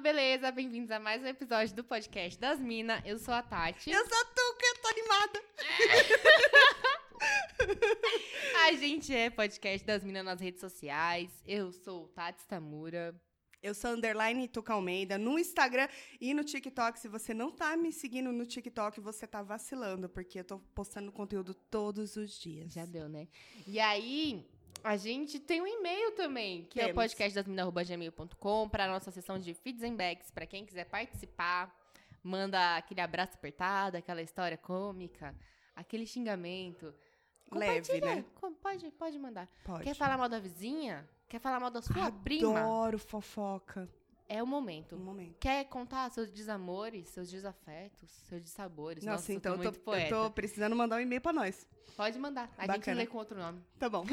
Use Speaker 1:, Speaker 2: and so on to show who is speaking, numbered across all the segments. Speaker 1: beleza? Bem-vindos a mais um episódio do podcast das Minas. Eu sou a Tati.
Speaker 2: Eu sou tu, que eu tô animada.
Speaker 1: A gente é podcast das Minas nas redes sociais. Eu sou Tati Tamura.
Speaker 2: Eu sou underline Tuca Almeida no Instagram e no TikTok. Se você não tá me seguindo no TikTok, você tá vacilando, porque eu tô postando conteúdo todos os dias.
Speaker 1: Já deu, né? E aí, a gente tem um e-mail também, que é o
Speaker 2: Temos.
Speaker 1: podcast das minas.gmail.com para nossa sessão de feeds and backs, para quem quiser participar. Manda aquele abraço apertado, aquela história cômica, aquele xingamento.
Speaker 2: Leve,
Speaker 1: Compartilha,
Speaker 2: né?
Speaker 1: com- Pode, pode mandar.
Speaker 2: Pode.
Speaker 1: Quer falar mal da vizinha? Quer falar mal da sua prima?
Speaker 2: Adoro fofoca.
Speaker 1: É o
Speaker 2: Um
Speaker 1: momento.
Speaker 2: momento.
Speaker 1: Quer contar seus desamores, seus desafetos, seus dissabores?
Speaker 2: Nossa,
Speaker 1: Nossa,
Speaker 2: então
Speaker 1: eu tô
Speaker 2: eu
Speaker 1: muito
Speaker 2: tô, eu
Speaker 1: poeta.
Speaker 2: tô precisando mandar um e-mail pra nós.
Speaker 1: Pode mandar. A gente
Speaker 2: Bacana.
Speaker 1: lê com outro nome.
Speaker 2: Tá bom.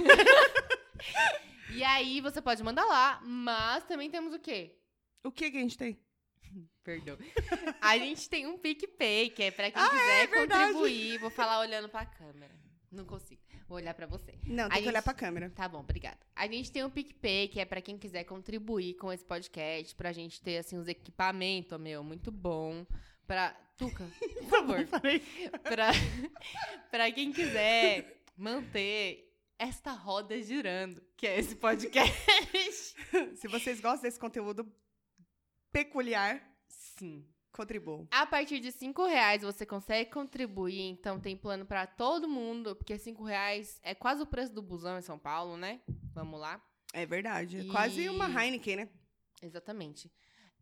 Speaker 1: E aí você pode mandar lá, mas também temos o quê?
Speaker 2: o que que a gente tem?
Speaker 1: Perdão. A gente tem um PicPay, que é pra quem
Speaker 2: Ah,
Speaker 1: quiser
Speaker 2: verdade.
Speaker 1: contribuir. Vou falar olhando pra câmera. Não consigo. Vou olhar pra você.
Speaker 2: Não,
Speaker 1: A
Speaker 2: tem que olhar
Speaker 1: gente-
Speaker 2: pra câmera.
Speaker 1: Tá bom, obrigada. A gente tem o PicPay, que é pra quem quiser contribuir com esse podcast, pra gente ter, assim, uns equipamentos, meu, muito bom. Pra... Tuca, por favor. pra... pra quem quiser manter esta roda girando, que é esse podcast.
Speaker 2: Se vocês gostam desse conteúdo peculiar,
Speaker 1: Sim.
Speaker 2: contribuam.
Speaker 1: A partir de cinco reais você consegue contribuir, então tem plano pra todo mundo, porque cinco reais é quase o preço do busão em São Paulo, né? Vamos lá.
Speaker 2: É verdade. É
Speaker 1: E-
Speaker 2: Quase uma Heineken, né?
Speaker 1: Exatamente.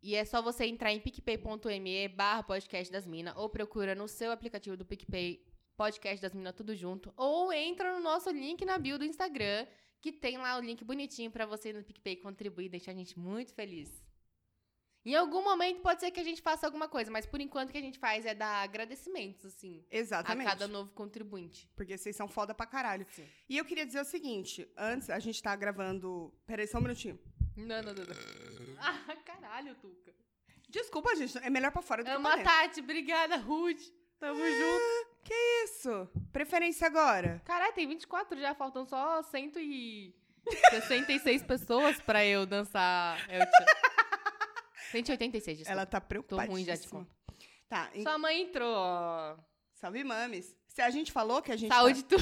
Speaker 1: E é só você entrar em picpay.me barra podcast das minas ou procura no seu aplicativo do PicPay podcast das minas tudo junto ou entra no nosso link na bio do Instagram que tem lá o link bonitinho pra você ir no PicPay contribuir e deixar a gente muito feliz. Em algum momento pode ser que a gente faça alguma coisa, mas por enquanto o que a gente faz é dar agradecimentos, assim,
Speaker 2: Exatamente.
Speaker 1: a cada novo contribuinte.
Speaker 2: Porque vocês são foda pra caralho.
Speaker 1: Sim.
Speaker 2: E eu queria dizer o seguinte: antes a gente tá gravando. Peraí, só um minutinho.
Speaker 1: Não, não, não, não. Ah, caralho, Tuca.
Speaker 2: Desculpa, gente, é melhor pra fora do que
Speaker 1: Amo
Speaker 2: pra
Speaker 1: a
Speaker 2: dentro. Ah,
Speaker 1: Tati, obrigada, Ruth. Tamo junto.
Speaker 2: Isso! Preferência agora.
Speaker 1: Caralho, tem 24 já, faltam só 166 pessoas pra eu dançar. Eu te... 186, desculpa.
Speaker 2: Ela tá
Speaker 1: Tô
Speaker 2: preocupada.
Speaker 1: ruim já de conta.
Speaker 2: Tá, em-
Speaker 1: Sua mãe entrou, ó.
Speaker 2: salve mames. Se a gente falou que a gente. tá-
Speaker 1: Saúde tu.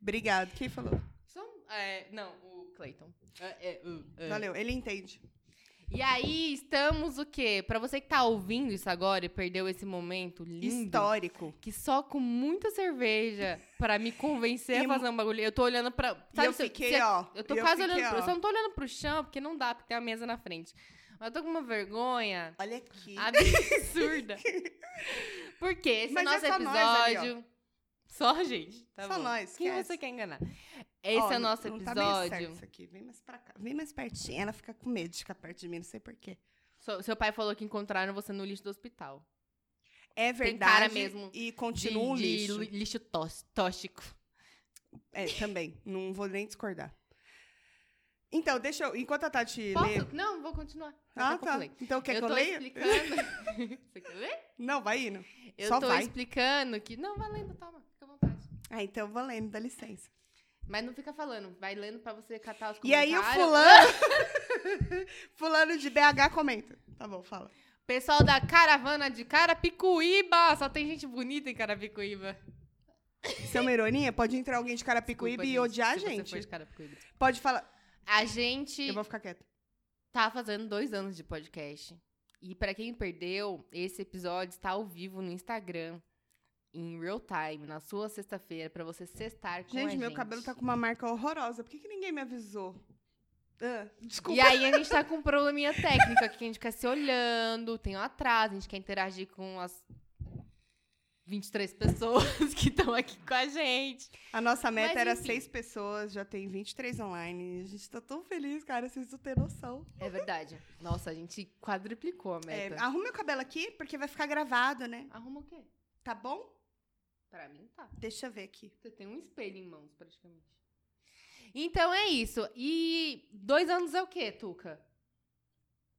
Speaker 2: Obrigado. Quem falou?
Speaker 1: Só- é, não, o Clayton. É, é, uh, é.
Speaker 2: Valeu, ele entende.
Speaker 1: E aí, estamos o quê? Pra você que tá ouvindo isso agora e perdeu esse momento lindo.
Speaker 2: Histórico.
Speaker 1: Que só com muita cerveja pra me convencer
Speaker 2: E-
Speaker 1: a fazer um bagulho. Eu tô olhando pra. Sabe,
Speaker 2: e eu
Speaker 1: se-
Speaker 2: fiquei,
Speaker 1: se-
Speaker 2: ó.
Speaker 1: Eu tô
Speaker 2: e
Speaker 1: quase
Speaker 2: fiquei,
Speaker 1: olhando. pro- Eu
Speaker 2: ó,
Speaker 1: só não tô olhando pro chão, porque não dá, porque tem a mesa na frente. Mas eu tô com uma vergonha
Speaker 2: Olha aqui.
Speaker 1: Ah, absurda. Porque esse
Speaker 2: Mas
Speaker 1: é nosso
Speaker 2: é só nós ali, ó.
Speaker 1: episódio. só a gente. Tá
Speaker 2: Só
Speaker 1: bom.
Speaker 2: nós,
Speaker 1: Quem
Speaker 2: esquece.
Speaker 1: você quer enganar? Esse
Speaker 2: Ó,
Speaker 1: é o nosso
Speaker 2: não- Não tá meio
Speaker 1: episódio.
Speaker 2: certo isso aqui. Vem mais pra cá. Vem mais pertinho. Ela fica com medo de ficar perto de mim, não sei porquê.
Speaker 1: So- seu pai falou que encontraram você no lixo do hospital.
Speaker 2: É
Speaker 1: Tem
Speaker 2: verdade.
Speaker 1: cara mesmo
Speaker 2: E
Speaker 1: De-
Speaker 2: continua um
Speaker 1: de
Speaker 2: lixo.
Speaker 1: li- lixo tós- tóxico.
Speaker 2: É, também. Não vou nem discordar. Então, deixa eu. Enquanto a Tati lê.
Speaker 1: Posso? Não, vou continuar. Só
Speaker 2: Ah,
Speaker 1: que eu
Speaker 2: tá.
Speaker 1: falei.
Speaker 2: Então quer
Speaker 1: eu
Speaker 2: que eu
Speaker 1: tô
Speaker 2: leia?
Speaker 1: explicando. você quer ler?
Speaker 2: Não, vai indo.
Speaker 1: Eu
Speaker 2: Só
Speaker 1: tô
Speaker 2: vai.
Speaker 1: explicando que. Não, vai lendo, toma, fica à vontade.
Speaker 2: Ah, então eu vou lendo, dá licença.
Speaker 1: Mas não fica falando, vai lendo pra você catar os
Speaker 2: E aí o
Speaker 1: comentários.
Speaker 2: fulano. fulano de BH comenta. Tá bom, fala.
Speaker 1: Pessoal da caravana de Carapicuíba! Só tem gente bonita em Carapicuíba.
Speaker 2: Isso é uma ironia? Pode entrar alguém de Carapicuíba
Speaker 1: Desculpa,
Speaker 2: e odiar a
Speaker 1: se você
Speaker 2: gente.
Speaker 1: for de Carapicuíba.
Speaker 2: Pode falar.
Speaker 1: A gente
Speaker 2: Eu vou ficar quieta.
Speaker 1: tá fazendo dois anos de podcast. E pra quem perdeu, esse episódio está ao vivo no Instagram, em real time, na sua sexta-feira, pra você sextar com a
Speaker 2: Gente, meu cabelo tá com uma marca horrorosa. Por que, que ninguém me avisou? Ah, desculpa.
Speaker 1: E aí a gente tá com um probleminha técnico aqui, que a gente fica se olhando, tem um atraso, a gente quer interagir com as 23 pessoas que estão aqui com a gente.
Speaker 2: A nossa meta
Speaker 1: Mas,
Speaker 2: era
Speaker 1: enfim.
Speaker 2: seis pessoas, já tem 23 online. A gente tá tão feliz, cara, vocês não têm noção.
Speaker 1: É verdade. Nossa, a gente quadruplicou a
Speaker 2: É,
Speaker 1: meta.
Speaker 2: arruma meu cabelo aqui, porque vai ficar gravado, né?
Speaker 1: Arruma o quê?
Speaker 2: Tá bom?
Speaker 1: Pra mim tá.
Speaker 2: Deixa eu ver aqui.
Speaker 1: Você tem um espelho em mãos, praticamente. Então é isso. E dois anos é o quê, Tuca?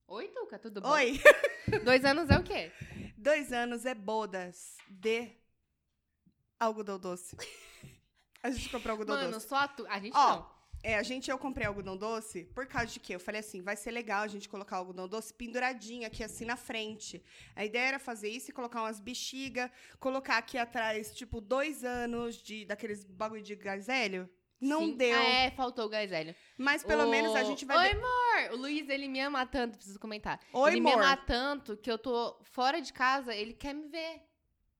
Speaker 1: Oi, Tuca, tudo bom?
Speaker 2: Oi!
Speaker 1: Dois anos é o quê?
Speaker 2: Dois anos é bodas de algodão doce. A gente comprou algodão
Speaker 1: Mano,
Speaker 2: doce.
Speaker 1: só a Tuca. A gente
Speaker 2: Ó,
Speaker 1: não.
Speaker 2: É, a gente, eu comprei algodão doce por causa de quê? Eu falei assim, vai ser legal a gente colocar algodão doce penduradinho aqui assim na frente. A ideia era fazer isso e colocar umas bexigas, colocar aqui atrás, tipo, dois anos de daqueles bagulho de gazelho. Não
Speaker 1: Sim.
Speaker 2: deu.
Speaker 1: Ah, é, faltou o Gazelho.
Speaker 2: Mas pelo
Speaker 1: O-
Speaker 2: menos a gente vai.
Speaker 1: Oi, amor! O Luiz, ele me ama tanto, preciso comentar.
Speaker 2: Oi,
Speaker 1: ele
Speaker 2: amor.
Speaker 1: me ama tanto que eu tô fora de casa, ele quer me ver.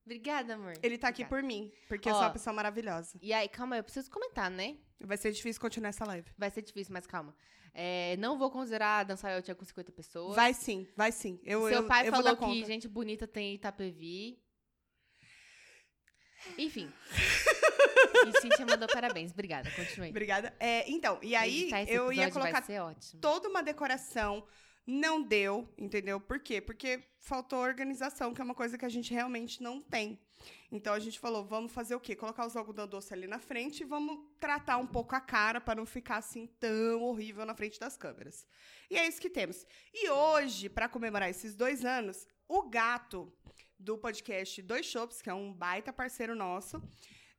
Speaker 1: Obrigada, amor.
Speaker 2: Ele tá aqui por mim, porque eu
Speaker 1: Ó.
Speaker 2: sou uma pessoa maravilhosa.
Speaker 1: E aí, calma, eu preciso comentar, né?
Speaker 2: Vai ser difícil continuar essa live.
Speaker 1: Vai ser difícil, mas calma. É, não vou considerar dançar eu tinha com 50 pessoas.
Speaker 2: Vai sim, vai sim. Eu,
Speaker 1: Seu
Speaker 2: eu-
Speaker 1: pai
Speaker 2: eu vou
Speaker 1: falou
Speaker 2: dar conta.
Speaker 1: que gente bonita tem Itapevi. Enfim. e Cintia mandou parabéns. Obrigada, continue.
Speaker 2: Obrigada. É, então, e aí
Speaker 1: Editar esse
Speaker 2: eu ia
Speaker 1: episódio
Speaker 2: colocar
Speaker 1: Vai ser ótimo.
Speaker 2: toda uma decoração. Não deu, entendeu? Por quê? Porque faltou organização, que é uma coisa que a gente realmente não tem. Então a gente falou, vamos fazer o quê? Colocar os algodão doce ali na frente e vamos tratar um pouco a cara para não ficar assim tão horrível na frente das câmeras. E é isso que temos. E hoje, para comemorar esses dois anos, o gato do podcast Dois Shops, que é um baita parceiro nosso,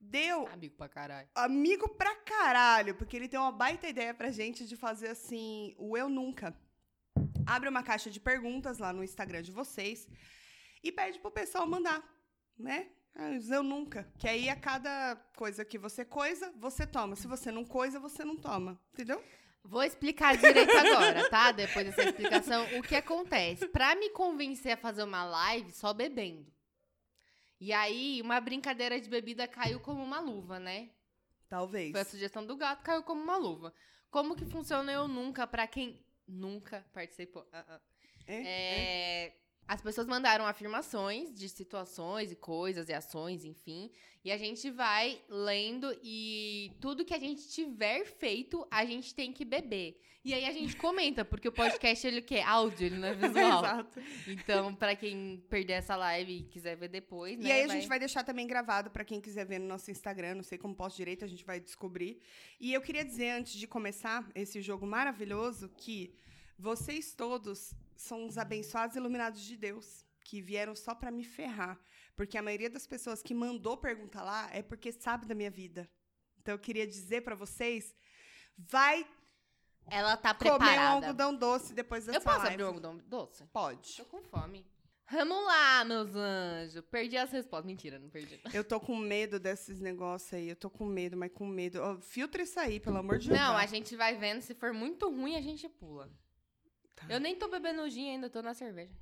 Speaker 2: deu
Speaker 1: Amigo pra caralho.
Speaker 2: Amigo pra caralho, porque ele tem uma baita ideia pra gente de fazer assim, o Eu Nunca. Abre uma caixa de perguntas lá no Instagram de vocês e pede pro pessoal mandar, né? Ah, os Eu Nunca. Que aí a cada coisa que você coisa, você toma. Se você não coisa, você não toma. Entendeu?
Speaker 1: Vou explicar direito agora, tá? Depois dessa explicação, o que acontece? Pra me convencer a fazer uma live só bebendo. E aí, uma brincadeira de bebida caiu como uma luva, né?
Speaker 2: Talvez.
Speaker 1: Foi a sugestão do gato, caiu como uma luva. Como que funciona eu nunca pra quem nunca participou? Ah, ah.
Speaker 2: É?
Speaker 1: É, As pessoas mandaram afirmações de situações e coisas e ações, enfim. E a gente vai lendo e tudo que a gente tiver feito, a gente tem que beber. E aí a gente comenta, porque o podcast ele que é áudio, ele não é visual.
Speaker 2: Exato.
Speaker 1: então, pra quem perder essa live e quiser ver depois, né?
Speaker 2: E aí a gente vai deixar também gravado pra quem quiser ver no nosso Instagram, não sei como posso direito, a gente vai descobrir. E eu queria dizer antes de começar esse jogo maravilhoso que vocês todos são os abençoados e iluminados de Deus, que vieram só pra me ferrar, porque a maioria das pessoas que mandou pergunta lá é porque sabe da minha vida. Então eu queria dizer pra vocês, vai
Speaker 1: Ela tá
Speaker 2: comer um
Speaker 1: preparada.
Speaker 2: algodão doce depois dessa
Speaker 1: eu posso
Speaker 2: live.
Speaker 1: abrir um algodão doce?
Speaker 2: Pode.
Speaker 1: Tô com fome. Vamos lá, meus anjos. Perdi as respostas. Mentira, não perdi.
Speaker 2: Eu tô com medo desses negócios aí. Eu tô com medo, mas com medo. Ó, filtra isso aí, pelo amor de Deus.
Speaker 1: Não, a gente vai vendo. Se for muito ruim, a gente pula.
Speaker 2: Tá.
Speaker 1: Eu nem tô bebendo gin ainda, tô na cerveja.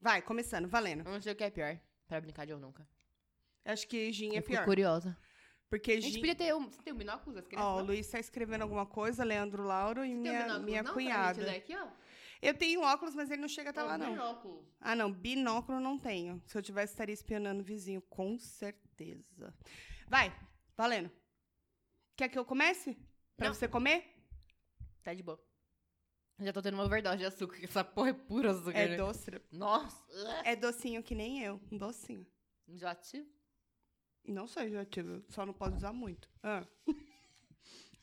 Speaker 2: Vai, começando, valendo.
Speaker 1: Eu não sei o que é pior. Pra brincar de eu nunca.
Speaker 2: Acho que gin é
Speaker 1: eu fico
Speaker 2: pior.
Speaker 1: curiosa.
Speaker 2: Porque
Speaker 1: A gente
Speaker 2: gin...
Speaker 1: podia ter um. Você tem um binóculo? As crianças
Speaker 2: Ó, o
Speaker 1: não?
Speaker 2: Luiz tá escrevendo alguma coisa, Leandro Lauro
Speaker 1: Você
Speaker 2: e
Speaker 1: tem um
Speaker 2: minha,
Speaker 1: binóculo
Speaker 2: minha
Speaker 1: não pra gente
Speaker 2: cunhada.
Speaker 1: ler aqui, ó?
Speaker 2: Eu tenho óculos, mas ele não chega até
Speaker 1: Ó,
Speaker 2: lá, não.
Speaker 1: binóculo.
Speaker 2: Ah, não, binóculo não tenho. Se eu tivesse, estaria espionando o vizinho, com certeza. Vai, valendo. Quer que eu comece? Pra
Speaker 1: Não.
Speaker 2: você comer?
Speaker 1: Tá de boa. Eu Já tô tendo uma overdose de açúcar, que essa porra é pura açúcar.
Speaker 2: É
Speaker 1: né?
Speaker 2: doce.
Speaker 1: Nossa!
Speaker 2: É docinho que nem eu, um docinho.
Speaker 1: Já te...
Speaker 2: Não sou enjoativo, só não posso usar muito. Ah.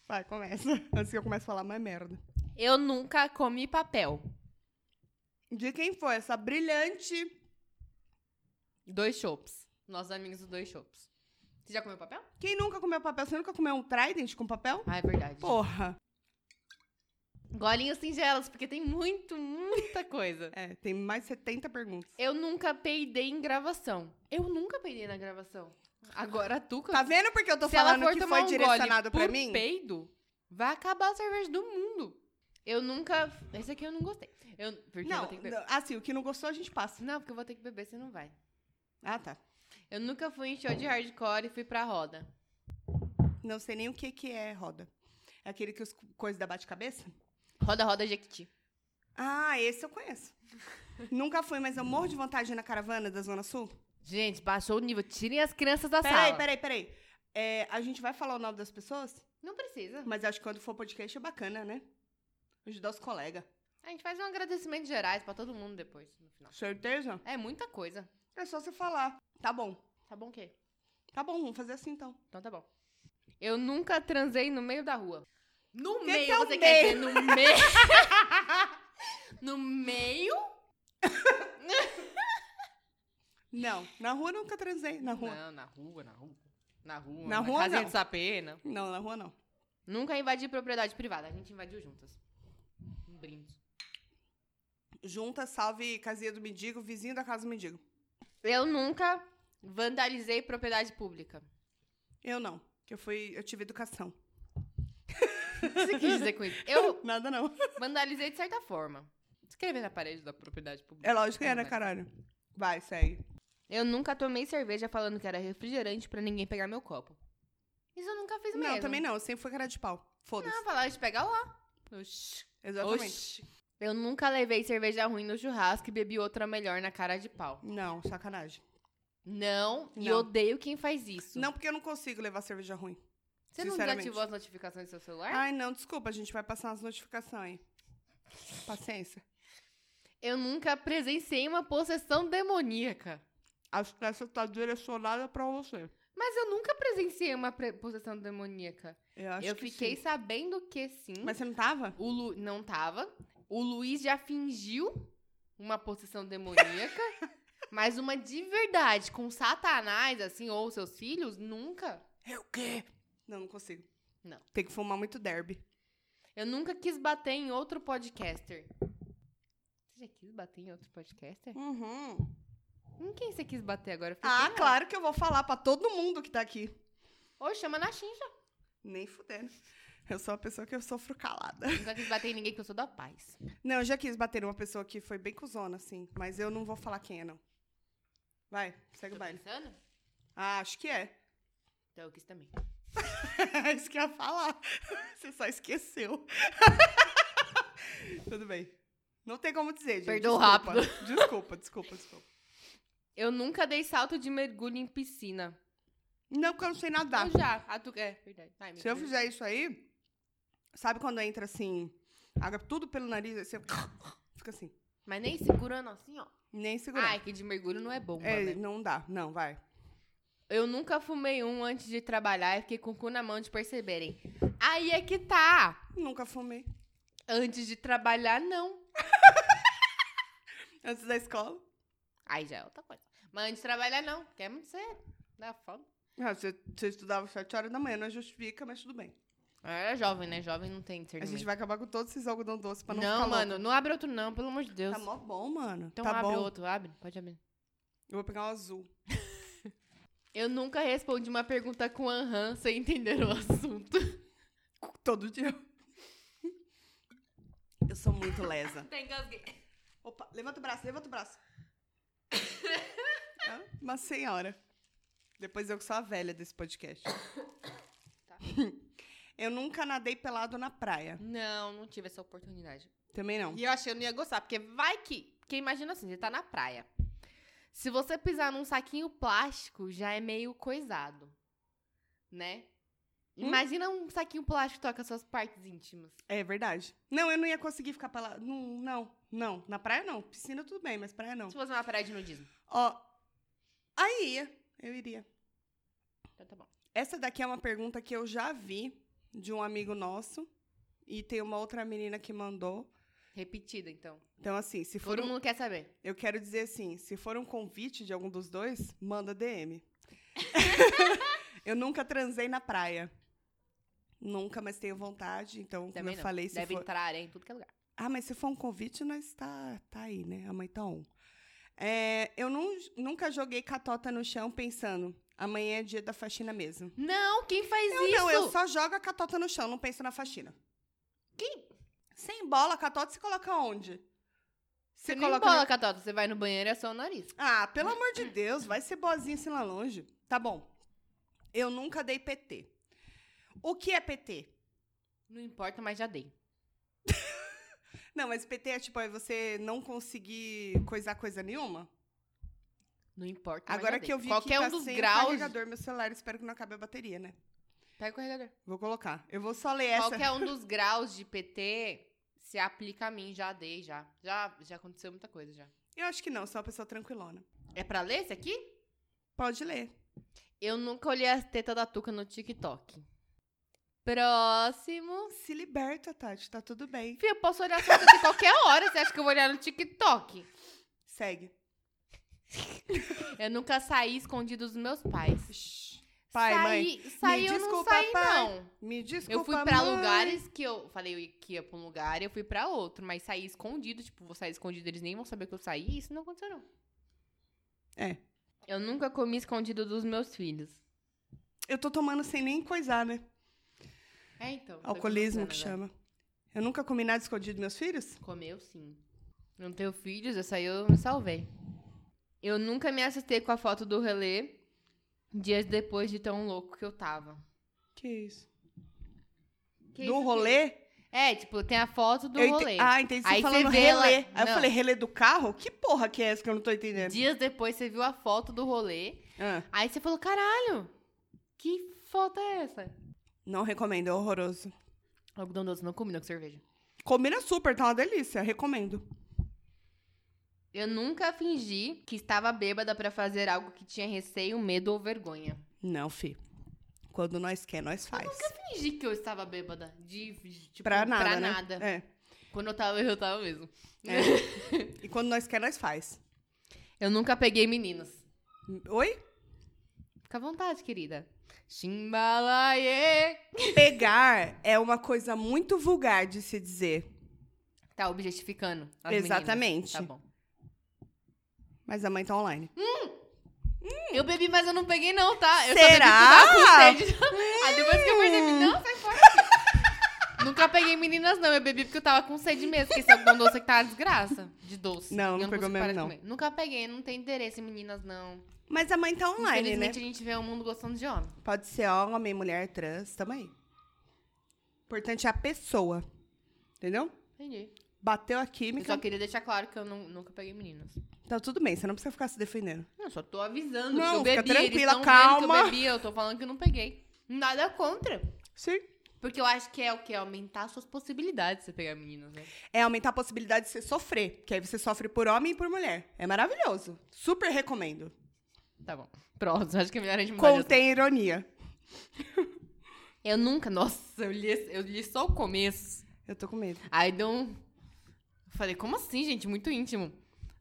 Speaker 2: Vai, começa. Antes que eu comece a falar mais merda.
Speaker 1: Eu nunca comi papel.
Speaker 2: De quem foi essa brilhante
Speaker 1: Dois chopps. Nossos amigos dos dois chopps. Você já comeu papel?
Speaker 2: Quem nunca comeu papel? Você nunca comeu um Trident com papel?
Speaker 1: Ah, é verdade.
Speaker 2: Porra!
Speaker 1: Golinhos singelos, porque tem muito, muita coisa.
Speaker 2: É, tem mais 70 perguntas.
Speaker 1: Eu nunca peidei em gravação. Eu nunca peidei na gravação. Agora a Tuca.
Speaker 2: Tá vendo porque eu tô
Speaker 1: se ela
Speaker 2: falando
Speaker 1: for
Speaker 2: que
Speaker 1: tomar
Speaker 2: foi
Speaker 1: um gole
Speaker 2: direcionado pra
Speaker 1: por
Speaker 2: mim?
Speaker 1: peido, vai acabar a cerveja do mundo. Eu nunca. Esse aqui eu não gostei. Eu... Porque eu
Speaker 2: Não,
Speaker 1: vou ter que beber.
Speaker 2: não, assim, o que não gostou a gente passa.
Speaker 1: Não. porque eu vou ter que beber, você não vai.
Speaker 2: Ah, tá.
Speaker 1: Eu nunca fui em show de hardcore e fui pra roda.
Speaker 2: Não sei nem o que que é roda. É aquele que os co- coisas da bate-cabeça?
Speaker 1: Roda, roda, Jequiti.
Speaker 2: Ah, esse eu conheço. nunca fui, mas eu morro de vontade de ir na caravana da Zona Sul.
Speaker 1: Gente, baixou o nível. Tirem as crianças da
Speaker 2: Peraí,
Speaker 1: sala.
Speaker 2: peraí, peraí. É, a gente vai falar o nome das pessoas?
Speaker 1: Não precisa.
Speaker 2: Mas acho que quando for podcast é bacana, né? Ajudar os colegas.
Speaker 1: A gente faz um agradecimento gerais pra todo mundo depois, no final.
Speaker 2: Certeza?
Speaker 1: É muita coisa.
Speaker 2: É só você falar. Tá bom.
Speaker 1: Tá bom o quê?
Speaker 2: Tá bom, vamos fazer assim então.
Speaker 1: Então tá bom. Eu nunca transei no meio da rua. No
Speaker 2: Que
Speaker 1: meio,
Speaker 2: que é o
Speaker 1: você quer dizer no meio? no meio?
Speaker 2: Não, na rua eu nunca transei. Na rua.
Speaker 1: Não, na rua, na rua. Na rua,
Speaker 2: Na
Speaker 1: na,
Speaker 2: rua,
Speaker 1: casinha
Speaker 2: não.
Speaker 1: de sapê, não.
Speaker 2: Não, na rua não.
Speaker 1: Nunca invadi propriedade privada. A gente invadiu juntas. Um brinde.
Speaker 2: Junta, salve casinha do mendigo, vizinho da casa do mendigo.
Speaker 1: Eu nunca vandalizei propriedade pública.
Speaker 2: Eu não, que eu fui, eu tive educação.
Speaker 1: O que você quis dizer com isso? Eu
Speaker 2: Nada não.
Speaker 1: vandalizei de certa forma. Escrever na parede da propriedade pública.
Speaker 2: É lógico que era,
Speaker 1: Não,
Speaker 2: caralho. Vai, segue.
Speaker 1: Eu nunca tomei cerveja falando que era refrigerante pra ninguém pegar meu copo. Isso eu nunca fiz mesmo.
Speaker 2: Não, também não, eu sempre fui cara de pau. Foda-se.
Speaker 1: Não, falaram de pegar lá. Oxi.
Speaker 2: Exatamente.
Speaker 1: Oxi. Eu nunca levei cerveja ruim no churrasco e bebi outra melhor na cara de pau.
Speaker 2: Não, sacanagem.
Speaker 1: Não, e
Speaker 2: Não.
Speaker 1: odeio quem faz isso.
Speaker 2: Não, porque eu não consigo levar cerveja ruim.
Speaker 1: Você não
Speaker 2: sinceramente. Ah.
Speaker 1: desativou as notificações do seu celular?
Speaker 2: Ai, não, desculpa, a gente vai passar umas notificações aí. Paciência.
Speaker 1: Eu nunca presenciei uma possessão demoníaca.
Speaker 2: Acho que essa tá direcionada pra você.
Speaker 1: Mas eu nunca presenciei uma pre- possessão demoníaca.
Speaker 2: Eu acho
Speaker 1: eu
Speaker 2: que
Speaker 1: fiquei
Speaker 2: sim.
Speaker 1: sabendo que sim.
Speaker 2: Mas você não tava?
Speaker 1: O Lu... Não tava. O Luiz já fingiu uma possessão demoníaca. mas uma de verdade, com Satanás, assim, ou seus filhos, nunca.
Speaker 2: Eu quê? Não, não consigo.
Speaker 1: Não.
Speaker 2: Tem que fumar muito derby.
Speaker 1: Eu nunca quis bater em outro podcaster. Você já quis bater em outro podcaster?
Speaker 2: Uhum.
Speaker 1: Em quem você quis bater agora? Eu fiquei
Speaker 2: Ah,
Speaker 1: curiosa.
Speaker 2: claro que eu vou falar pra todo mundo que tá aqui.
Speaker 1: Ô, chama na chincha.
Speaker 2: Nem fudendo. Eu sou uma pessoa que eu sofro calada.
Speaker 1: Nunca quis bater em ninguém, que eu sou da paz.
Speaker 2: Não, eu já quis bater uma pessoa que foi bem cuzona, assim. Mas eu não vou falar quem é, não. Vai, segue
Speaker 1: Tô
Speaker 2: o baile.
Speaker 1: pensando?
Speaker 2: Ah, acho que é.
Speaker 1: Então eu quis também.
Speaker 2: Isso que eu ia falar. Você só esqueceu. Tudo bem. Não tem como dizer, gente.
Speaker 1: Perdoa
Speaker 2: Desculpa. Desculpa, desculpa, desculpa.
Speaker 1: Eu nunca dei salto de mergulho em piscina.
Speaker 2: Não, porque eu não sei nadar.
Speaker 1: Eu já. Ah, tu... É, verdade. Ai, meu
Speaker 2: Tá. Se eu
Speaker 1: Deus.
Speaker 2: fizer isso aí, sabe quando entra assim, água tudo pelo nariz, aí você fica assim,
Speaker 1: Mas nem segurando assim, ó.
Speaker 2: nem segurando.
Speaker 1: Ai, que de mergulho não é bom,
Speaker 2: é,
Speaker 1: né?
Speaker 2: não dá. Não, vai.
Speaker 1: Eu nunca fumei um antes de trabalhar e fiquei com o cu na mão de perceberem. Aí é que tá.
Speaker 2: Nunca fumei.
Speaker 1: Antes de trabalhar, não.
Speaker 2: Antes da escola.
Speaker 1: Aí já é outra coisa. Mas antes de trabalhar, não. Quer muito ser. Dá fome.
Speaker 2: Ah, você, você estudava às 7 horas da manhã, não justifica, mas tudo bem.
Speaker 1: É jovem, né? Jovem não tem
Speaker 2: A
Speaker 1: discernimento.
Speaker 2: gente vai acabar com todos esses algodão doce pra não,
Speaker 1: não,
Speaker 2: ficar louco.
Speaker 1: mano. Não abre outro não, pelo amor de Deus.
Speaker 2: Tá mó bom, mano.
Speaker 1: então
Speaker 2: tá
Speaker 1: abre
Speaker 2: bom.
Speaker 1: outro. Abre. Pode abrir.
Speaker 2: Eu vou pegar um azul.
Speaker 1: Eu nunca respondi uma pergunta com aham sem entender o assunto.
Speaker 2: Todo dia. Eu sou muito lesa.
Speaker 1: Até engasguei.
Speaker 2: Opa, levanta o braço, levanta o braço. Ah, Uma senhora. Depois eu que sou a velha desse podcast.
Speaker 1: Tá.
Speaker 2: Eu nunca nadei pelado na praia.
Speaker 1: Não, não tive essa oportunidade.
Speaker 2: Também não.
Speaker 1: E eu achei que eu não ia gostar, porque vai que. Porque imagina assim, você tá na praia. Se você pisar num saquinho plástico, já é meio coisado. Né?
Speaker 2: Hum?
Speaker 1: Imagina um saquinho plástico que toca suas partes íntimas.
Speaker 2: É verdade. Não, eu não ia conseguir ficar pelado. Não, não, não. Na praia não. Piscina tudo bem, mas praia não.
Speaker 1: Se fosse uma praia de nudismo.
Speaker 2: Ó. Aí ia. Eu iria.
Speaker 1: Então tá bom.
Speaker 2: Essa daqui é uma pergunta que eu já vi de um amigo nosso. E tem uma outra menina que mandou.
Speaker 1: Repetida, então.
Speaker 2: Então, assim, se for
Speaker 1: Todo
Speaker 2: um
Speaker 1: mundo quer saber.
Speaker 2: Eu quero dizer assim, se for um convite de algum dos dois, manda DM. eu nunca transei na praia. Nunca, mas tenho vontade, então, como
Speaker 1: Também
Speaker 2: eu
Speaker 1: não.
Speaker 2: falei, se
Speaker 1: Deve
Speaker 2: for...
Speaker 1: entrar em tudo que é lugar.
Speaker 2: Ah, mas se for um convite, nós tá, tá aí, né? A mãe tá on. É, eu nun- nunca joguei catota no chão pensando, amanhã é dia da faxina mesmo.
Speaker 1: Não, quem faz
Speaker 2: Eu
Speaker 1: isso?
Speaker 2: Ah, não, eu só jogo a catota no chão, não penso na faxina.
Speaker 1: Quem?
Speaker 2: Sem bola, a catota se coloca onde?
Speaker 1: Você nem
Speaker 2: no-
Speaker 1: bola, Catota. Você vai no banheiro e é só o nariz.
Speaker 2: Ah, pelo amor de Deus, vai ser boazinha assim lá longe. Tá bom. Eu nunca dei PT. O que é PT?
Speaker 1: Não importa, mas já dei.
Speaker 2: Não, mas PT é tipo, é você não conseguir coisar coisa nenhuma?
Speaker 1: Não importa, mas
Speaker 2: Agora
Speaker 1: já dei.
Speaker 2: que eu vi
Speaker 1: Qualquer
Speaker 2: que tá
Speaker 1: um dos
Speaker 2: sem
Speaker 1: graus...
Speaker 2: carregador meu celular, espero que não acabe a bateria, né?
Speaker 1: Pega o carregador.
Speaker 2: Vou colocar. Eu vou só ler essa.
Speaker 1: Qualquer um dos graus de PT se aplica a mim, já dei, já. Já, já aconteceu muita coisa já.
Speaker 2: Eu acho que não, sou uma pessoa tranquilona.
Speaker 1: É pra ler esse aqui?
Speaker 2: Pode ler.
Speaker 1: Eu nunca olhei as tetas da Tuca no TikTok. Próximo.
Speaker 2: Se liberta, Tati, tá tudo bem.
Speaker 1: Fih, eu posso olhar as tetas de qualquer hora. Você acha que eu vou olhar no TikTok?
Speaker 2: Segue.
Speaker 1: Eu nunca saí escondido dos meus pais.
Speaker 2: Shhh. Pai, mãe,
Speaker 1: saí, saí, eu
Speaker 2: desculpa,
Speaker 1: não saí,
Speaker 2: pai.
Speaker 1: não.
Speaker 2: me desculpa,
Speaker 1: Eu fui pra
Speaker 2: mãe.
Speaker 1: lugares que eu falei que ia pra um lugar e eu fui pra outro, mas saí escondido, tipo, vou sair escondido, eles nem vão saber que eu saí, isso não aconteceu não.
Speaker 2: É.
Speaker 1: Eu nunca comi escondido dos meus filhos.
Speaker 2: Eu tô tomando sem nem coisar, né?
Speaker 1: É, então. tô
Speaker 2: Alcoolismo que
Speaker 1: contando agora.
Speaker 2: chama. Eu nunca comi nada escondido dos meus filhos?
Speaker 1: Comeu sim. Não tenho filhos, eu saí, eu me salvei. Eu nunca me assustei com a foto do relé dias depois de tão louco que eu tava.
Speaker 2: Que isso?
Speaker 1: Que
Speaker 2: do
Speaker 1: isso,
Speaker 2: rolê?
Speaker 1: que- É, tipo, tem a foto do
Speaker 2: Eu ente-
Speaker 1: rolê.
Speaker 2: Ah, entendi. Você
Speaker 1: Aí
Speaker 2: falando
Speaker 1: você vê ela-
Speaker 2: relé. Aí eu
Speaker 1: Não.
Speaker 2: falei, relé do carro? Que porra que é essa que eu não tô entendendo?
Speaker 1: Dias depois você viu a foto do rolê.
Speaker 2: Ah,
Speaker 1: Aí você falou, caralho, que foto é essa?
Speaker 2: não recomendo, é horroroso.
Speaker 1: Algodão doce não combina com cerveja.
Speaker 2: Combina super, tá uma delícia, recomendo.
Speaker 1: Eu nunca fingi que estava bêbada pra fazer algo que tinha receio, medo ou vergonha.
Speaker 2: Não, fi. Quando nós quer, nós faz.
Speaker 1: Fingi que eu estava bêbada. De, de- tipo,
Speaker 2: pra nada,
Speaker 1: Pra
Speaker 2: né?
Speaker 1: nada.
Speaker 2: É.
Speaker 1: Quando eu tava, eu tava mesmo.
Speaker 2: E quando nós quer, nós faz.
Speaker 1: Eu nunca peguei meninas.
Speaker 2: Oi?
Speaker 1: Fica à vontade, querida. Chimbalaie.
Speaker 2: Pegar é uma coisa muito vulgar de se dizer.
Speaker 1: Tá objetificando as
Speaker 2: Exatamente.
Speaker 1: meninas. Tá bom.
Speaker 2: Mas a mãe tá online.
Speaker 1: Eu bebi, mas eu não peguei não, tá? Eu
Speaker 2: Será? Hum.
Speaker 1: só bebi porque eu tava com sede. Aí depois que eu percebi, não, sai fora. Nunca peguei meninas não, eu bebi porque eu tava com sede mesmo. Porque esse algodão doce que tá uma desgraça de doce.
Speaker 2: Não,
Speaker 1: Eu
Speaker 2: não pegou
Speaker 1: consigo
Speaker 2: mesmo,
Speaker 1: parar de
Speaker 2: não.
Speaker 1: comer. Nunca peguei, não tem endereço em meninas não.
Speaker 2: Mas a mãe tá online, né?
Speaker 1: Infelizmente a gente vê o mundo gostando de homem.
Speaker 2: Pode ser homem, mulher, trans, tamo aí. Importante é a pessoa. Entendeu?
Speaker 1: Entendi.
Speaker 2: Bateu a
Speaker 1: Eu
Speaker 2: química.
Speaker 1: só queria deixar claro que eu nu- nunca peguei meninas.
Speaker 2: Tá tudo bem, você não precisa ficar se defendendo.
Speaker 1: Não, só tô avisando
Speaker 2: Não,
Speaker 1: que eu
Speaker 2: fica
Speaker 1: bebi. eles
Speaker 2: tranquila,
Speaker 1: tão vendo Que
Speaker 2: calma.
Speaker 1: eu bebi, eu tô falando que eu não peguei. Nada contra.
Speaker 2: Sim.
Speaker 1: Porque eu acho que é o quê? Aumentar suas possibilidades de você pegar meninas, né?
Speaker 2: É aumentar a possibilidade de você sofrer. Que aí você sofre por homem e por mulher. É maravilhoso. Super recomendo.
Speaker 1: Tá bom. Próximo, acho que é melhor a gente mudar de assunto.
Speaker 2: Contém ironia.
Speaker 1: Eu nunca, nossa, eu li, esse- eu li só o começo.
Speaker 2: Eu tô com medo.
Speaker 1: Aí deu um... eu Falei, como assim, gente? Muito íntimo.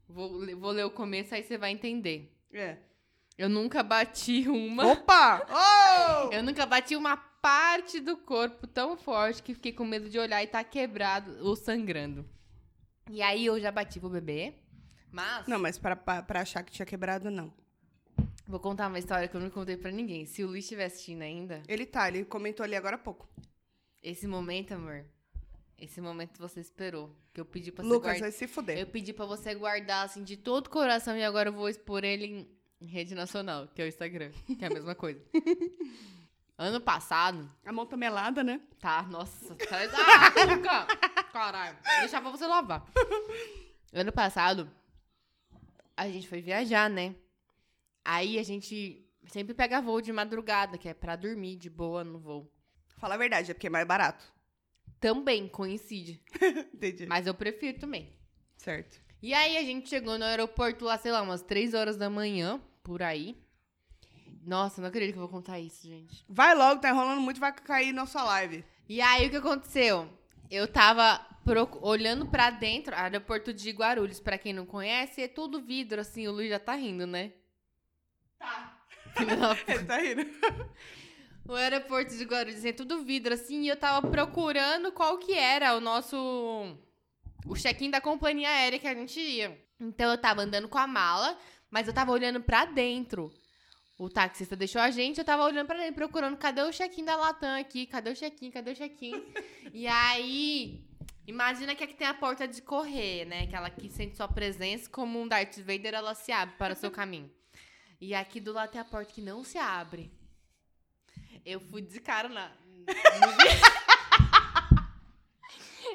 Speaker 1: Vou, le- vou ler o começo, aí você vai entender.
Speaker 2: É.
Speaker 1: Eu nunca bati uma...
Speaker 2: Opa! Oh!
Speaker 1: Eu nunca bati uma parte do corpo tão forte que fiquei com medo de olhar e tá quebrado ou sangrando. E aí eu já bati pro bebê, mas
Speaker 2: Não, mas pra, pra, pra achar que tinha quebrado, não.
Speaker 1: vou contar uma história que eu não contei pra ninguém. Se o Luiz estiver assistindo ainda,
Speaker 2: Ele tá, ele comentou ali agora há pouco.
Speaker 1: esse momento, amor, esse momento você esperou, que eu pedi pra você
Speaker 2: Lucas
Speaker 1: guardar.
Speaker 2: vai se fuder.
Speaker 1: Eu pedi pra você guardar assim de todo o coração e agora eu vou expor ele em em rede nacional, que é o Instagram, que é a mesma coisa. ano passado,
Speaker 2: A mão tá melada, né?
Speaker 1: Tá, nossa. Traz a açúcar. Caralho. Vou deixar pra você lavar. Ano passado, a gente foi viajar, né? Aí a gente sempre pega voo de madrugada, que é pra dormir de boa no voo.
Speaker 2: Fala a verdade, é porque é mais barato.
Speaker 1: Também coincide.
Speaker 2: Entendi.
Speaker 1: Mas eu prefiro também.
Speaker 2: Certo.
Speaker 1: E aí a gente chegou no aeroporto lá, sei lá, umas 3 horas da manhã, por aí. Nossa, não acredito que eu vou contar isso, gente.
Speaker 2: Vai logo, tá enrolando muito, vai cair nossa live.
Speaker 1: E aí o que aconteceu? Eu tava proc- olhando pra dentro, aeroporto de Guarulhos, pra quem não conhece, é tudo vidro, assim, o Luiz já tá rindo, né? Tá.
Speaker 2: Ele tá rindo.
Speaker 1: o aeroporto de Guarulhos é tudo vidro, assim, e eu tava procurando qual que era o nosso... o check-in da companhia aérea que a gente ia. Então eu tava andando com a mala, mas eu tava olhando pra dentro. O taxista deixou a gente, eu tava olhando pra dentro, procurando cadê o check-in da Latam aqui, cadê o check-in, cadê o check-in. e aí, imagina que aqui tem a porta de correr, né? Aquela que sente sua presença como um Darth Vader, ela se abre para o seu caminho. E aqui do lado tem a porta que não se abre. Eu fui de cara na.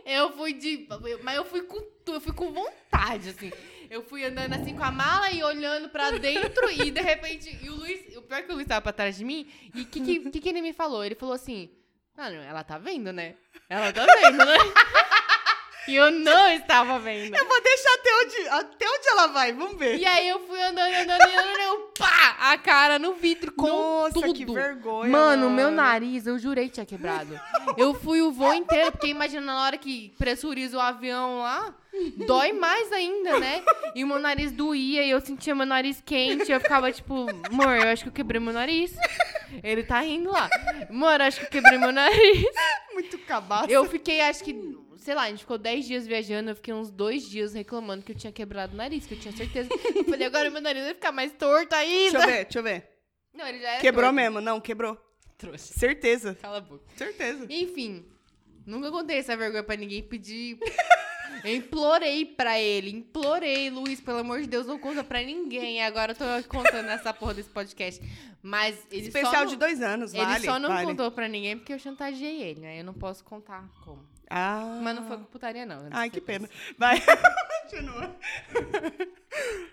Speaker 1: Eu fui de. Mas eu fui com tu- eu fui com vontade, assim. Eu fui andando assim com a mala e olhando pra dentro e de repente. E o Luiz. O pior é que o Luiz tava pra trás de mim. E o que, que, que que ele me falou? Ele falou assim: Mano, ela tá vendo, né? Ela tá vendo, né? E eu não estava vendo.
Speaker 2: Eu vou deixar até onde, até onde ela vai, vamos ver.
Speaker 1: E é aí eu fui andando, andando, andando, eu pá! A cara no vidro com
Speaker 2: nossa,
Speaker 1: tudo.
Speaker 2: que vergonha.
Speaker 1: Mano, meu nariz, eu jurei que tinha quebrado. Eu fui o voo inteiro, porque imagina na hora que pressuriza o avião lá, dói mais ainda, né? E o meu nariz doía, e eu sentia meu nariz quente, eu ficava tipo, amor, eu acho que eu quebrei meu nariz. Ele tá rindo lá. Mano, acho que eu quebrei meu nariz.
Speaker 2: Muito cabaço.
Speaker 1: Eu fiquei, acho que, sei lá, a gente ficou 10 dias viajando, eu fiquei uns dois dias reclamando que eu tinha quebrado o nariz, que eu tinha certeza. Eu falei, agora meu nariz vai ficar mais torto
Speaker 2: Deixa eu
Speaker 1: ainda.
Speaker 2: ver, deixa eu ver.
Speaker 1: Não, ele já é
Speaker 2: Quebrou
Speaker 1: torto.
Speaker 2: mesmo, não, quebrou.
Speaker 1: Trouxa.
Speaker 2: Certeza,
Speaker 1: Cala a boca.
Speaker 2: certeza.
Speaker 1: Enfim, nunca contei essa vergonha pra ninguém. Pedi. Eu implorei pra ele, implorei, Luiz, pelo amor de Deus, não conta pra ninguém. Agora eu tô contando essa porra desse podcast. Mas ele só
Speaker 2: Especial
Speaker 1: não-
Speaker 2: de dois anos,
Speaker 1: Ele
Speaker 2: vale.
Speaker 1: só não
Speaker 2: vale.
Speaker 1: contou pra ninguém porque eu chantageei ele, né? Eu não posso contar como.
Speaker 2: Ah.
Speaker 1: Mas não foi com putaria, não. né?
Speaker 2: Ai, que
Speaker 1: Foi com
Speaker 2: pena. Vai. Continua.
Speaker 1: isso.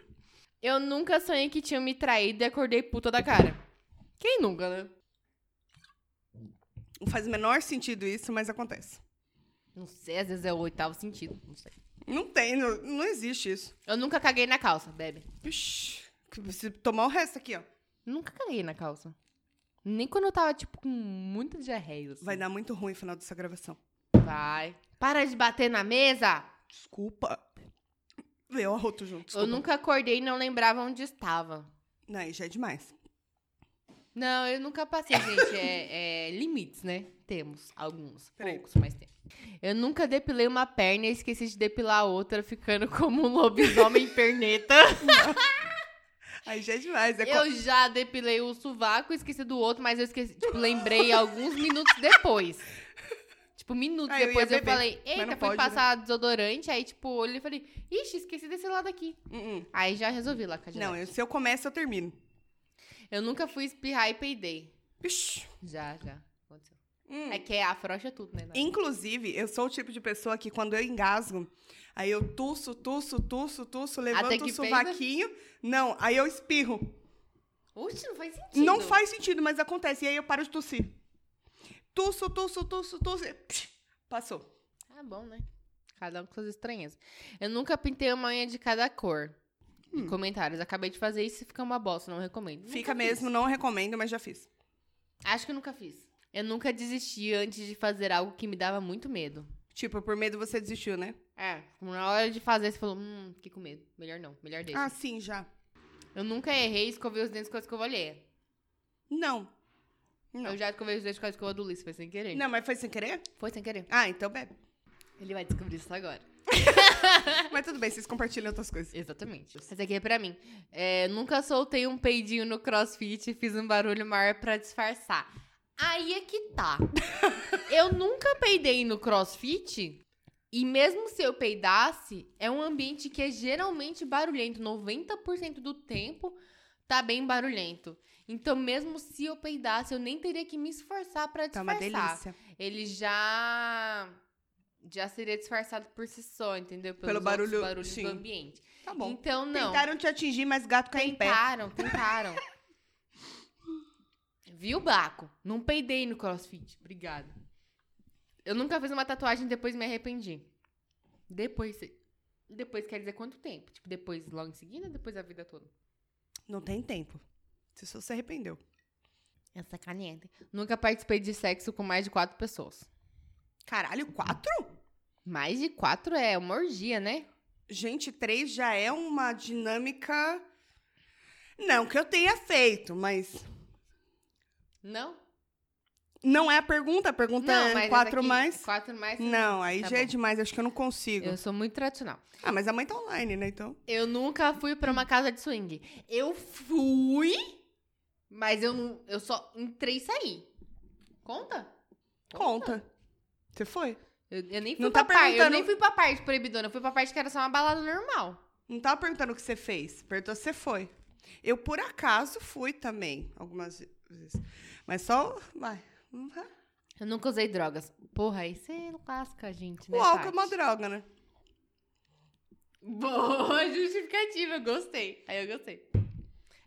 Speaker 1: Eu nunca sonhei que tinham me traído e acordei puta da cara. Quem nunca, né?
Speaker 2: Não faz o menor sentido isso, mas acontece.
Speaker 1: Não sei, às vezes é o oitavo sentido. Não sei.
Speaker 2: Não tem, não, não existe isso.
Speaker 1: Eu nunca caguei na calça, bebe.
Speaker 2: Ixi, que você tomar o resto aqui, ó.
Speaker 1: Nunca caguei na calça. Nem quando eu tava, tipo, com muita diarreia. assim.
Speaker 2: Vai dar muito ruim o final dessa gravação.
Speaker 1: Vai. Para de bater na mesa!
Speaker 2: Desculpa. Veio o arroto junto. Desculpa.
Speaker 1: Eu nunca acordei e não lembrava onde estava.
Speaker 2: Não, aí já é demais.
Speaker 1: Não, eu nunca passei, gente. É, é limites, né? Temos alguns.
Speaker 2: Peraí.
Speaker 1: Poucos, mas tem. Eu nunca depilei uma perna e esqueci de depilar a outra, ficando como um lobisomem perneta.
Speaker 2: Aí já é demais. É co-
Speaker 1: Eu já depilei o sovaco e esqueci do outro, mas eu esqueci. Tipo, lembrei alguns minutos depois. Tipo, minutos
Speaker 2: Ah, eu ia
Speaker 1: depois eu,
Speaker 2: beber,
Speaker 1: falei,
Speaker 2: mas
Speaker 1: eita,
Speaker 2: não
Speaker 1: fui
Speaker 2: pode, né?"
Speaker 1: passar desodorante. Aí, tipo, olhei e falei, ixi, esqueci desse lado aqui.
Speaker 2: Hum, hum.
Speaker 1: Aí já resolvi lá com a
Speaker 2: Não,
Speaker 1: eu...
Speaker 2: eu- se eu começo, eu termino.
Speaker 1: eu nunca fui espirrar e peidei.
Speaker 2: Ixi.
Speaker 1: Já, já. Aconteceu.
Speaker 2: Hum.
Speaker 1: É que afrocha tudo, né?
Speaker 2: Inclusive, eu sou o tipo de pessoa que quando eu engasgo, aí eu tuço, tuço, tuço, tuço,
Speaker 1: Até
Speaker 2: levanto
Speaker 1: Ah, que peida?
Speaker 2: o sovaquinho. Não, aí eu espirro.
Speaker 1: Oxe, não faz sentido.
Speaker 2: Não faz sentido, mas acontece. E aí eu paro de tossir. Tuço, tuço, tuço, tuço. e psh, Passou.
Speaker 1: Ah, bom, né? Cada um com suas estranhezas. Eu nunca pintei uma unha de cada cor. Comentários. Acabei de fazer isso e fica uma bosta, não recomendo.
Speaker 2: Hum. Fica
Speaker 1: Nunca fiz.
Speaker 2: mesmo, não recomendo, mas já fiz.
Speaker 1: Acho que eu nunca fiz. Eu nunca desisti antes de fazer algo que me dava muito medo.
Speaker 2: Tipo, por medo você desistiu, né?
Speaker 1: É, na hora de fazer, você falou, hum, fiquei com medo. Melhor não, melhor deixa.
Speaker 2: Ah, sim, já.
Speaker 1: Eu nunca errei e escovei os dentes com a escova alheia.
Speaker 2: Não. Não.
Speaker 1: Eu já escovei os dentes com a escova do Luiz, foi sem querer.
Speaker 2: Não, mas foi sem querer?
Speaker 1: Foi sem querer.
Speaker 2: Ah, então bebe.
Speaker 1: Ele vai descobrir isso agora.
Speaker 2: Mas tudo bem, vocês compartilham outras coisas.
Speaker 1: Exatamente. Essa aqui é pra mim. É, nunca soltei um peidinho no crossfit e fiz um barulho maior pra disfarçar. Aí é que tá. eu nunca peidei no crossfit. E mesmo se eu peidasse, é um ambiente que é geralmente barulhento. 90% do tempo tá bem barulhento. Então, mesmo se eu peidasse, eu nem teria que me esforçar pra
Speaker 2: Tá
Speaker 1: disfarçar
Speaker 2: uma delícia.
Speaker 1: ele já já seria disfarçado por si só, entendeu? Pelos
Speaker 2: Pelo barulho,
Speaker 1: outros barulhos
Speaker 2: sim.
Speaker 1: do ambiente.
Speaker 2: Tá bom.
Speaker 1: Então não.
Speaker 2: Tentaram te atingir, mas gato cai em pé.
Speaker 1: tentaram, tentaram. Viu, Baco? Não peidei no CrossFit. Obrigada. Eu nunca fiz uma tatuagem e depois me arrependi. Depois, depois quer dizer quanto tempo? Tipo, depois logo em seguida, depois a vida toda.
Speaker 2: Não tem tempo. Você só se arrependeu.
Speaker 1: Essa caliente. Nunca participei de sexo com mais de quatro pessoas.
Speaker 2: Caralho, quatro?
Speaker 1: Mais de quatro é uma orgia, né?
Speaker 2: Gente, três já é uma dinâmica. Não que eu tenha feito, mas.
Speaker 1: Não?
Speaker 2: Não é a pergunta. A pergunta é
Speaker 1: essa
Speaker 2: quatro
Speaker 1: aqui,
Speaker 2: mais.
Speaker 1: Então, Quatro mais.
Speaker 2: Não, aí
Speaker 1: Tá
Speaker 2: já é
Speaker 1: bom.
Speaker 2: demais. Acho que eu não consigo.
Speaker 1: Eu sou muito tradicional.
Speaker 2: Ah, mas a mãe tá online, né? Então.
Speaker 1: Eu nunca fui pra uma casa de swing. Eu fui, mas eu não, eu só entrei e saí. Conta?
Speaker 2: Conta. Você foi?
Speaker 1: Eu, eu nem fui
Speaker 2: Não
Speaker 1: pra
Speaker 2: tá
Speaker 1: parte. Eu
Speaker 2: perguntando-
Speaker 1: nem fui pra parte proibidona. Eu fui pra parte que era só uma balada normal.
Speaker 2: Não tava perguntando o que você fez. Perguntou se você foi. Eu, por acaso, fui também. Algumas vezes. Mas só. Vai. uhum.
Speaker 1: Eu nunca usei drogas. Porra, aí você não lasca a gente, né?
Speaker 2: O álcool é
Speaker 1: Paty?
Speaker 2: uma droga, né?
Speaker 1: Boa justificativa, eu gostei. Aí eu gostei.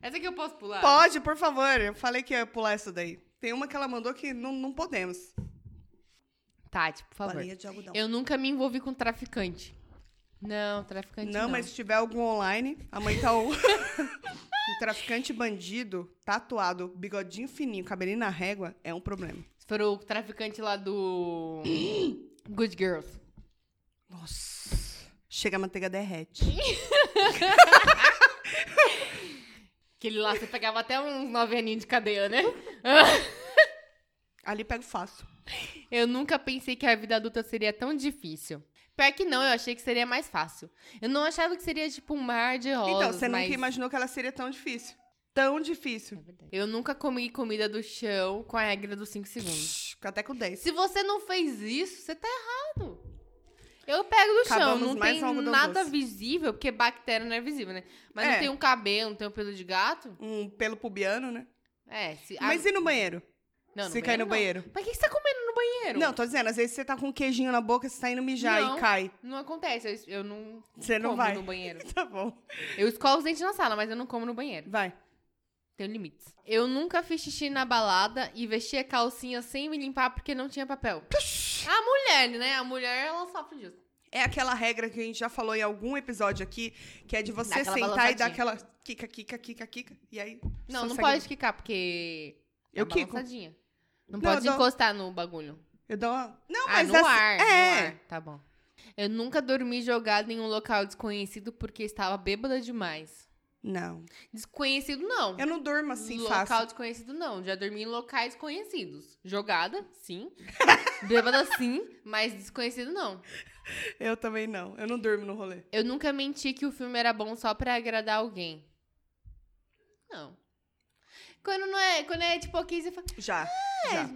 Speaker 1: Essa aqui eu posso pular?
Speaker 2: Pode, por favor. Eu falei que ia pular essa daí. Tem uma que ela mandou que não, não podemos.
Speaker 1: Tati, por favor.
Speaker 2: Bolinha de algodão.
Speaker 1: Eu nunca me envolvi com traficante. Não, traficante não.
Speaker 2: Não, mas se tiver algum online, a mãe tá o... o traficante bandido, tatuado, bigodinho fininho, cabelinho na régua, é um problema.
Speaker 1: Se for o traficante lá do. Good Girls.
Speaker 2: Nossa. Chega a manteiga derrete.
Speaker 1: Aquele lá, você pegava até uns noveninhos de cadeia, né?
Speaker 2: Ali pego fácil.
Speaker 1: Eu nunca pensei que a vida adulta seria tão difícil. Pior que não, eu achei que seria mais fácil. Eu não achava que seria tipo um mar de rosas,
Speaker 2: então, você nunca
Speaker 1: mas... é
Speaker 2: imaginou que ela seria tão difícil. Tão difícil.
Speaker 1: Eu nunca comi comida do chão com a regra dos 5 segundos.
Speaker 2: Fica Até com 10.
Speaker 1: Se você não fez isso, você tá errado. Eu pego do chão,
Speaker 2: Acabamos
Speaker 1: não
Speaker 2: mais
Speaker 1: tem
Speaker 2: um algodão
Speaker 1: nada
Speaker 2: doce.
Speaker 1: visível, porque bactéria não é visível, né? Mas não
Speaker 2: É.
Speaker 1: tem um cabelo, não tem um pelo de gato.
Speaker 2: Um pelo pubiano, né?
Speaker 1: É, se. ah,
Speaker 2: Mas e no banheiro?
Speaker 1: não,
Speaker 2: se cair no
Speaker 1: não.
Speaker 2: banheiro?
Speaker 1: Mas o que que você tá comendo no banheiro?
Speaker 2: Não, tô dizendo, às vezes você tá com um queijinho na boca, você tá indo mijar
Speaker 1: Não.
Speaker 2: e cai.
Speaker 1: Não acontece, eu, eu não
Speaker 2: Você não
Speaker 1: como
Speaker 2: vai.
Speaker 1: no banheiro.
Speaker 2: Tá bom.
Speaker 1: Eu escolo os dentes na sala, mas eu não como no banheiro.
Speaker 2: Vai.
Speaker 1: Tenho limites. Eu nunca fiz xixi na balada e vesti a calcinha sem me limpar porque não tinha papel. A mulher, né? A mulher, ela sofre disso.
Speaker 2: É aquela regra que a gente já falou em algum episódio aqui, que é de você
Speaker 1: Dá aquela
Speaker 2: sentar e dar
Speaker 1: balançadinha.
Speaker 2: aquela quica, quica, quica, quica, e aí...
Speaker 1: Não, não
Speaker 2: sossega.
Speaker 1: pode quicar, porque.
Speaker 2: Eu
Speaker 1: é
Speaker 2: quico.
Speaker 1: balançadinha. Não,
Speaker 2: Não,
Speaker 1: pode
Speaker 2: eu dou-
Speaker 1: encostar no bagulho.
Speaker 2: Eu dou uma... Não,
Speaker 1: ah,
Speaker 2: mas
Speaker 1: no
Speaker 2: assim-
Speaker 1: ar.
Speaker 2: É.
Speaker 1: No ar. Tá bom. Eu nunca dormi jogada em um local desconhecido porque estava bêbada demais.
Speaker 2: Não.
Speaker 1: Desconhecido, não.
Speaker 2: Eu não durmo assim
Speaker 1: local
Speaker 2: fácil.
Speaker 1: desconhecido, não. Já dormi em locais conhecidos. Jogada, sim. Bêbada, sim. Mas desconhecido, não.
Speaker 2: Eu também não. Eu não durmo no rolê.
Speaker 1: Eu nunca menti que o filme era bom só pra agradar alguém. Não. Quando não é, quando é tipo 15, fala,
Speaker 2: Já. já.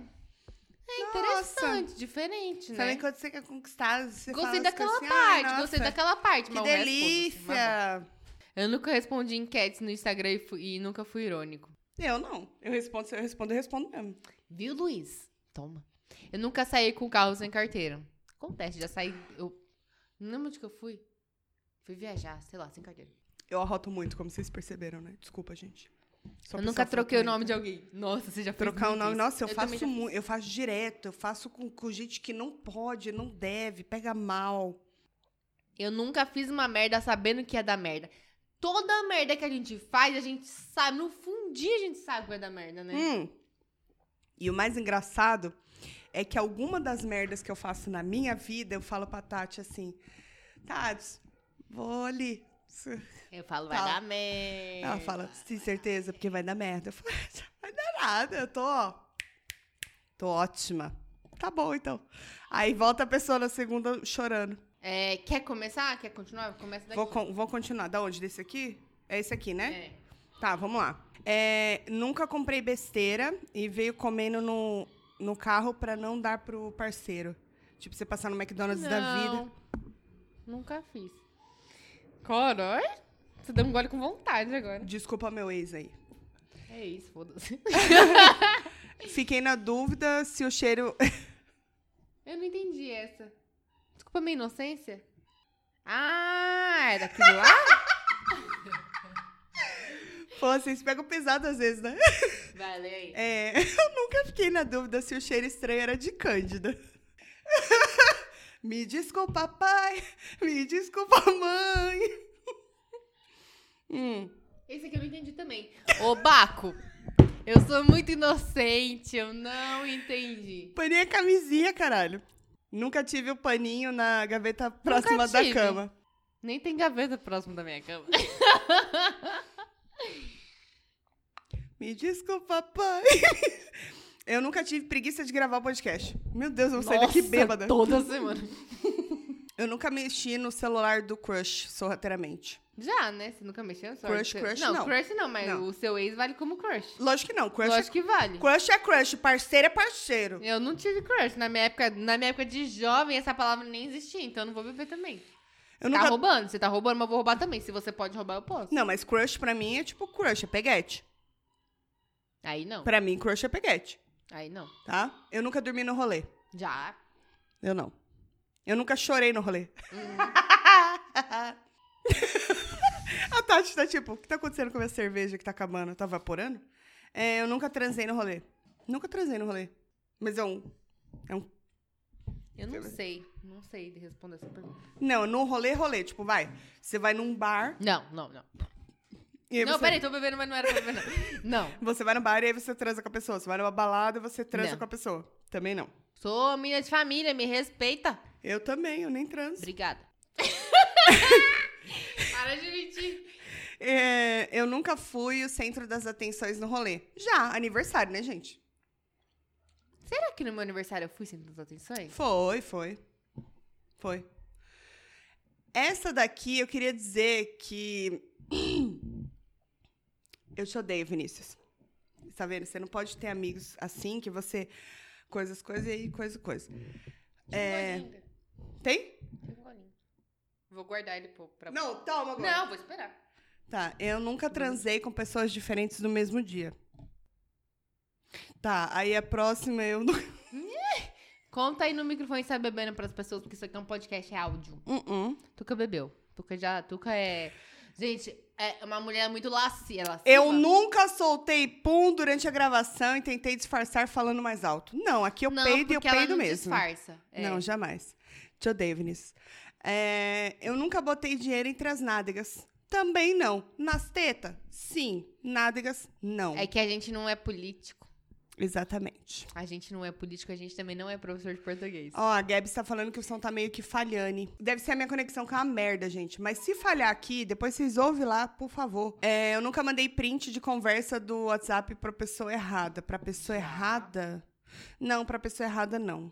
Speaker 1: é interessante, diferente, né? Ah, tipo,
Speaker 2: Também quando você quer conquistar, você
Speaker 1: Gostei
Speaker 2: fala as
Speaker 1: daquela
Speaker 2: coisas assim, "Ai,
Speaker 1: parte, gostei assim,
Speaker 2: nossa,
Speaker 1: daquela parte.
Speaker 2: Que
Speaker 1: mas o resto, foda-se, mas bom.
Speaker 2: delícia!
Speaker 1: Eu nunca respondi enquetes no Instagram e, fu- e nunca fui irônico.
Speaker 2: Eu não. Eu respondo, se eu respondo, eu respondo mesmo.
Speaker 1: Viu, Luiz? Toma. Eu nunca saí com o carro sem carteira. Acontece, já saí. Eu não lembro onde que eu fui. Fui viajar, sei lá, sem carteira.
Speaker 2: Eu arroto muito, como vocês perceberam, né? Desculpa, gente. Só
Speaker 1: eu
Speaker 2: pessoa
Speaker 1: nunca troquei o
Speaker 2: francamente.
Speaker 1: nome de alguém. Nossa, você já fez
Speaker 2: né? Trocar o
Speaker 1: muito
Speaker 2: nome.
Speaker 1: isso.
Speaker 2: Nossa, eu,
Speaker 1: também já
Speaker 2: faço
Speaker 1: fiz.
Speaker 2: muito. Eu faço direto. Eu faço com, com gente que não pode, não deve, pega mal.
Speaker 1: Eu nunca fiz uma merda sabendo que ia dar merda. Toda merda que a gente faz, a gente sabe. No fundinho a gente sabe que vai dar merda, né?
Speaker 2: Hum. E o mais engraçado é que alguma das merdas que eu faço na minha vida, eu falo pra Tati assim: Tati, vou ali.
Speaker 1: Eu falo, vai
Speaker 2: Tá.
Speaker 1: dar merda.
Speaker 2: Ela Ah, fala, tem certeza? Porque vai dar merda. Eu falo, "Não vai dar nada, eu tô, ó, tô ótima. Tá bom, então. Aí volta a pessoa na segunda chorando.
Speaker 1: É, quer começar? Quer continuar? Começa daqui.
Speaker 2: Vou, con- vou continuar. Da onde? Desse aqui? É esse aqui, né?
Speaker 1: É.
Speaker 2: Tá, vamos lá. É, nunca comprei besteira e veio comendo no, no carro pra não dar pro parceiro. Tipo, você passar no McDonald's da vida.
Speaker 1: Não, Nunca fiz. Corói? Você deu um gole com vontade agora.
Speaker 2: Desculpa meu ex aí.
Speaker 1: É isso, foda-se.
Speaker 2: Fiquei na dúvida se o cheiro...
Speaker 1: Eu não entendi essa. Desculpa a minha inocência. Ah, é daquilo lá?
Speaker 2: Pô, vocês pegam pesado às vezes, né?
Speaker 1: Vai, lê aí.
Speaker 2: É, eu nunca fiquei na dúvida se o cheiro estranho era de Cândida. me desculpa, pai. Me desculpa, mãe. Hum,
Speaker 1: Esse aqui eu não entendi também. Ô, Baco, eu sou muito inocente, eu não entendi.
Speaker 2: paninho é camisinha, caralho. Nunca tive o paninho na gaveta próxima da
Speaker 1: tive.
Speaker 2: cama.
Speaker 1: Nem tem gaveta próximo da minha cama.
Speaker 2: Me desculpa, pai. Eu nunca tive preguiça de gravar podcast. Meu Deus, eu vou sair daqui
Speaker 1: Nossa,
Speaker 2: bêbada.
Speaker 1: toda semana.
Speaker 2: Eu nunca mexi no celular do crush, sorrateiramente.
Speaker 1: Já, né? Você nunca mexeu no celular?
Speaker 2: Crush,
Speaker 1: Você-
Speaker 2: crush,
Speaker 1: não.
Speaker 2: não.
Speaker 1: crush não, mas
Speaker 2: Não.
Speaker 1: o seu ex vale como crush.
Speaker 2: Lógico que não, crush,
Speaker 1: Lógico que vale.
Speaker 2: é, crush é crush, parceiro é parceiro.
Speaker 1: Eu não tive crush. Na minha, época, na minha época de jovem, essa palavra nem existia, então eu não vou beber também.
Speaker 2: Eu
Speaker 1: tá
Speaker 2: nunca
Speaker 1: roubando, você tá roubando, mas eu vou roubar também. Se você pode roubar, eu posso.
Speaker 2: Não, mas crush pra mim é tipo crush, é peguete.
Speaker 1: Aí não,
Speaker 2: Pra mim, crush é peguete,
Speaker 1: aí não.
Speaker 2: tá? Eu nunca dormi no rolê.
Speaker 1: Já.
Speaker 2: Eu não. Eu nunca chorei no rolê.
Speaker 1: Hum.
Speaker 2: A Tati tá tipo, o que tá acontecendo com a minha cerveja que tá acabando? Tá vaporando? É, eu nunca transei no rolê. Nunca transei no rolê. Mas é um. É um.
Speaker 1: Eu não sei, não sei de responder essa pergunta.
Speaker 2: Não, no rolê, rolê. Tipo, vai. Você vai num bar.
Speaker 1: Não, não, não.
Speaker 2: E aí
Speaker 1: não,
Speaker 2: você...
Speaker 1: peraí, tô bebendo, mas não era pra beber, não. Não.
Speaker 2: Você vai no bar e aí você transa com a pessoa. Você vai numa balada e você transa
Speaker 1: Não.
Speaker 2: com a pessoa. Também não.
Speaker 1: Sou minha de família, me respeita.
Speaker 2: Eu também, eu nem transo.
Speaker 1: Obrigada. Para de mentir.
Speaker 2: É, eu nunca fui o centro das atenções no rolê. Já, aniversário, né, gente?
Speaker 1: Será que no meu aniversário eu fui sem tantas atenções?
Speaker 2: Foi, foi. Foi. Essa daqui eu queria dizer que. Eu te odeio, Vinícius. Tá vendo? Você não pode ter amigos assim que você. Coisas, coisas e aí coisa, coisa. É.
Speaker 1: Ficou lindo,
Speaker 2: Tem?
Speaker 1: ficou lindo. Vou guardar ele pro- pra...
Speaker 2: Não, toma agora.
Speaker 1: Tá Não, vou esperar.
Speaker 2: Tá, eu nunca transei com pessoas diferentes no mesmo dia. Tá, aí a próxima eu não.
Speaker 1: Conta aí no microfone se tá bebendo pras pessoas, porque isso aqui é um podcast, é áudio.
Speaker 2: Uh-uh.
Speaker 1: Tuca bebeu. Tuca já... Tuca é... Gente, é uma mulher muito lacia. lacia.
Speaker 2: Eu nunca soltei pum durante a gravação e tentei disfarçar falando mais alto. Não, aqui eu
Speaker 1: não,
Speaker 2: peido e eu
Speaker 1: porque ela
Speaker 2: peido
Speaker 1: não
Speaker 2: mesmo.
Speaker 1: disfarça. É.
Speaker 2: Não, jamais. Te odeio, Vinícius. É, eu nunca botei dinheiro entre as nádegas. Também não. Nas tetas? Sim. Nádegas? Não.
Speaker 1: É que a gente não é político.
Speaker 2: Exatamente.
Speaker 1: A gente não é político, a gente também não é professor de português.
Speaker 2: Ó, a Gabi está falando que o som tá meio que falhando. Deve ser a minha conexão com a merda, gente. Mas se falhar aqui, depois vocês ouvem lá, por favor. É, eu nunca mandei print de conversa do WhatsApp pra pessoa errada. Pra pessoa errada? Não, pra pessoa errada, não.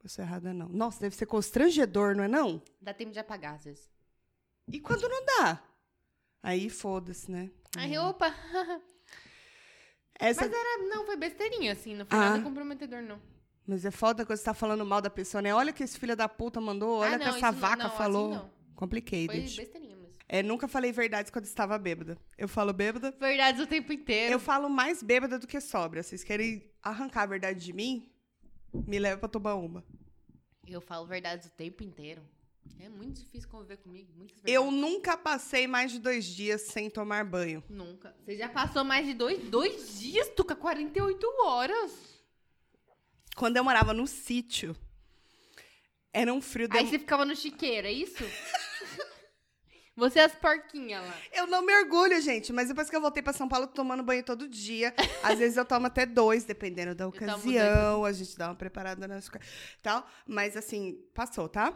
Speaker 2: Pessoa errada, não. Nossa, deve ser constrangedor, não é não?
Speaker 1: Dá tempo de apagar, às vezes.
Speaker 2: E quando não dá? Aí foda-se, né?
Speaker 1: Aí, opa!
Speaker 2: Essa...
Speaker 1: Mas é- era, não, foi besteirinha, assim, não foi nada
Speaker 2: Ah.
Speaker 1: comprometedor, não.
Speaker 2: Mas é foda quando você tá falando mal da pessoa, né? Olha que esse filho da puta mandou, olha
Speaker 1: Ah,
Speaker 2: que
Speaker 1: não,
Speaker 2: essa
Speaker 1: isso não-
Speaker 2: vaca
Speaker 1: não, assim
Speaker 2: falou.
Speaker 1: não.
Speaker 2: Complicated.
Speaker 1: Foi besteirinha mesmo.
Speaker 2: É, nunca falei verdades quando estava bêbada. Eu falo bêbada.
Speaker 1: Verdades o tempo inteiro.
Speaker 2: Eu falo mais bêbada do que sobra. Vocês querem arrancar a verdade de mim? Me leva pra tomar uma.
Speaker 1: Eu, falo verdades o tempo inteiro. É muito difícil conviver comigo, muitas
Speaker 2: Eu
Speaker 1: verdades.
Speaker 2: nunca passei mais de dois dias sem tomar banho.
Speaker 1: Nunca. Você já passou mais de dois, dois dias, Tuca, 48 horas.
Speaker 2: Quando eu morava no sítio, era um frio.
Speaker 1: Aí
Speaker 2: dem-
Speaker 1: você ficava no chiqueiro, é isso? você é as porquinhas lá.
Speaker 2: Eu não me orgulho, gente, mas depois que eu voltei pra São Paulo, eu tô tomando banho todo dia. Às vezes eu tomo até dois, dependendo da
Speaker 1: tomo dois.
Speaker 2: ocasião. A gente dá uma preparada nas co- tal. Mas assim, passou, tá?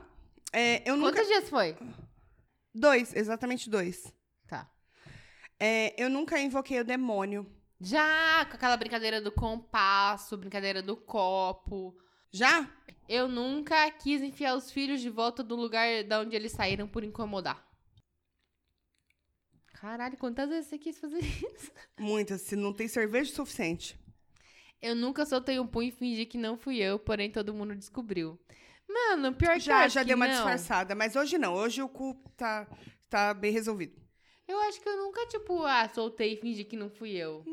Speaker 2: É, eu nunca.
Speaker 1: Quantos dias foi?
Speaker 2: Dois, exatamente dois.
Speaker 1: Tá.
Speaker 2: É, eu nunca invoquei o demônio.
Speaker 1: Já com aquela brincadeira do compasso, brincadeira do copo.
Speaker 2: Já?
Speaker 1: Eu nunca quis enfiar os filhos de volta do lugar da onde eles saíram por incomodar. Caralho, quantas vezes você quis fazer isso?
Speaker 2: Muitas, se não tem cerveja o suficiente.
Speaker 1: Eu nunca soltei um punho e fingi que não fui eu, porém todo mundo descobriu. Mano, pior que eu
Speaker 2: Já,
Speaker 1: acho
Speaker 2: já
Speaker 1: É que
Speaker 2: deu uma
Speaker 1: não.
Speaker 2: disfarçada, mas hoje não. Hoje o cu tá, tá bem resolvido.
Speaker 1: Eu acho que eu nunca, tipo, ah, soltei e fingi que não fui eu.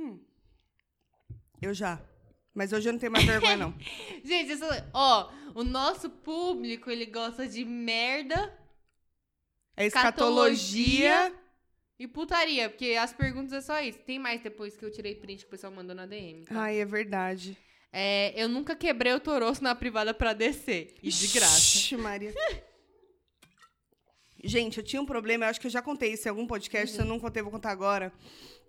Speaker 2: Eu já. Mas hoje eu não tenho mais vergonha, não.
Speaker 1: Gente, isso, ó, o nosso público, ele gosta de merda
Speaker 2: É escatologia.
Speaker 1: E putaria, porque as perguntas é só isso. Tem mais depois que eu tirei print que o pessoal mandou na DM. tá?
Speaker 2: Ai, é verdade.
Speaker 1: É, eu nunca quebrei o toroço na privada pra descer. E de graça.
Speaker 2: Ixi, Maria. Gente, eu tinha um problema, eu acho que eu já contei isso em algum podcast, se eu não contei, eu vou contar agora.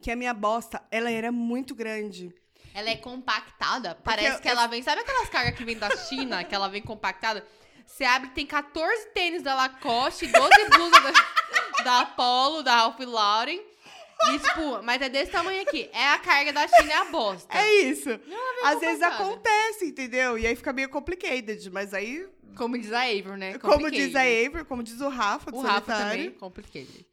Speaker 2: Que a minha bosta, ela era muito grande.
Speaker 1: Ela é compactada. Parece
Speaker 2: eu-
Speaker 1: que ela vem. Sabe aquelas cargas que vem da China, que ela vem compactada? Você abre, tem 14 tênis da Lacoste, 12 blusas da, da Apollo, da Ralph Lauren. E, tipo, mas é desse tamanho aqui. É a carga da China, é a bosta.
Speaker 2: É isso. Às vezes
Speaker 1: compactada.
Speaker 2: acontece, entendeu? E aí fica meio complicated, mas aí
Speaker 1: Como diz a Avon, né?
Speaker 2: Como diz a
Speaker 1: Complicated.
Speaker 2: Avery, como diz o Rafa do
Speaker 1: O
Speaker 2: Solitário.
Speaker 1: Rafa também, complicated.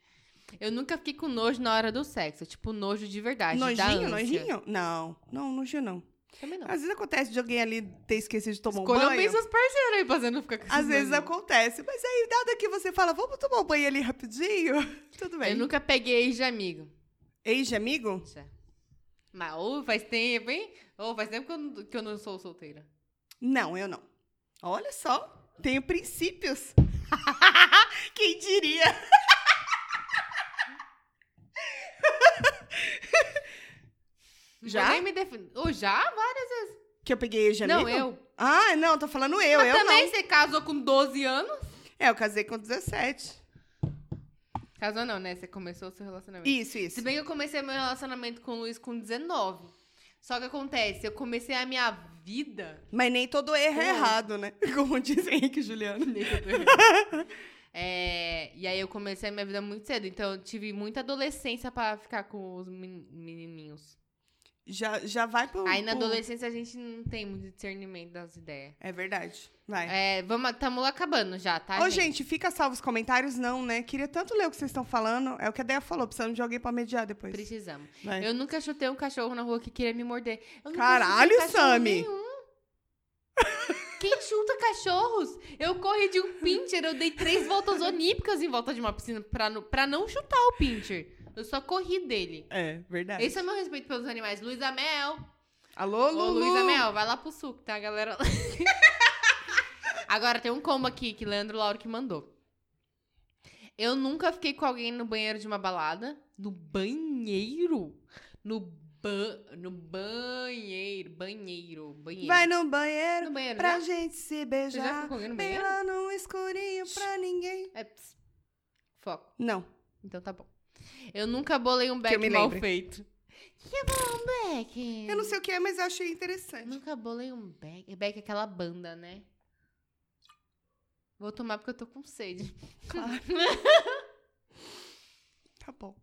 Speaker 1: Eu nunca fiquei com nojo na hora do sexo. Tipo, nojo de verdade. da
Speaker 2: Nojinho,
Speaker 1: ânsia.
Speaker 2: nojinho? Assim, Não, não, nojinho não.
Speaker 1: Também não.
Speaker 2: Às vezes acontece de alguém ali ter esquecido de tomar um
Speaker 1: Escolham
Speaker 2: banho.
Speaker 1: bem seus parceiros aí, fazendo ficar com
Speaker 2: Às
Speaker 1: esses
Speaker 2: vezes
Speaker 1: nojinhos.
Speaker 2: acontece, mas aí nada que você fala, vamos tomar um banho ali rapidinho, tudo bem.
Speaker 1: Eu nunca peguei ex de amigo.
Speaker 2: Ex de amigo?
Speaker 1: Isso é. Mas ou faz tempo, hein? Ou faz tempo que eu, não- que eu não sou solteira.
Speaker 2: Não, eu não. Olha só, tenho princípios. Quem diria? Já?
Speaker 1: Eu nem me defini. Ou já? Várias.
Speaker 2: Que eu peguei ex de
Speaker 1: não,
Speaker 2: amigo?
Speaker 1: eu.
Speaker 2: Ah, não, tô falando eu,
Speaker 1: Mas
Speaker 2: eu
Speaker 1: também você casou com 12 anos?
Speaker 2: não. É, eu casei com 17.
Speaker 1: Casou não, né? Você começou o seu relacionamento.
Speaker 2: Isso,
Speaker 1: Se
Speaker 2: isso.
Speaker 1: bem que eu comecei meu relacionamento com o Luiz com 19. Só que acontece, eu comecei a minha vida
Speaker 2: Mas nem todo erro
Speaker 1: Hum.
Speaker 2: é errado, né? Como diz Henrique e Juliano.
Speaker 1: Nem que eu tô errando. É, e aí eu comecei a minha vida muito cedo, então eu tive muita adolescência pra ficar com os men- menininhos.
Speaker 2: Já, já vai pro.
Speaker 1: Aí na
Speaker 2: pro-
Speaker 1: adolescência a gente não tem muito discernimento das ideias.
Speaker 2: É verdade. Vai.
Speaker 1: É, vamos, estamos acabando já, tá?
Speaker 2: Ô, gente, fica salvo os comentários, não, né? Queria tanto ler o que vocês estão falando. É o que a Deia falou, precisamos de alguém pra mediar depois.
Speaker 1: Precisamos.
Speaker 2: Vai.
Speaker 1: Eu nunca chutei um cachorro na rua que queria me morder. Eu nunca
Speaker 2: Caralho,
Speaker 1: chutei um cachorro
Speaker 2: Sammy!
Speaker 1: nenhum. Quem chuta cachorros? Eu corri de um pincher, eu dei três voltas onípicas em volta de uma piscina pra, nu- pra não chutar o pincher. Eu só corri dele.
Speaker 2: É, verdade.
Speaker 1: Esse é o meu respeito pelos animais. Luísa Mel.
Speaker 2: Alô,
Speaker 1: Ô,
Speaker 2: Lulu.
Speaker 1: Luísa Mel, vai lá pro suco, tá, galera? Agora tem um combo aqui que Leandro Lauro que mandou. Eu nunca fiquei com alguém no banheiro de uma balada. No banheiro? No ba no banheiro. Banheiro. Banheiro.
Speaker 2: Vai no banheiro
Speaker 1: no banheiro. né?
Speaker 2: pra
Speaker 1: já?
Speaker 2: gente se
Speaker 1: Você já ficou
Speaker 2: beijar.
Speaker 1: com alguém no
Speaker 2: Bem
Speaker 1: banheiro?
Speaker 2: lá no escurinho pra ninguém.
Speaker 1: É, ps. Foco.
Speaker 2: Não.
Speaker 1: Então tá bom. Eu nunca bolei um
Speaker 2: eu me
Speaker 1: beck mal
Speaker 2: lembre.
Speaker 1: feito. Que bom, beck.
Speaker 2: Eu não sei o que é, mas eu achei
Speaker 1: Eu
Speaker 2: interessante.
Speaker 1: Nunca bolei um beck. Beck é aquela banda, né? Vou tomar porque eu tô com sede.
Speaker 2: Tá bom.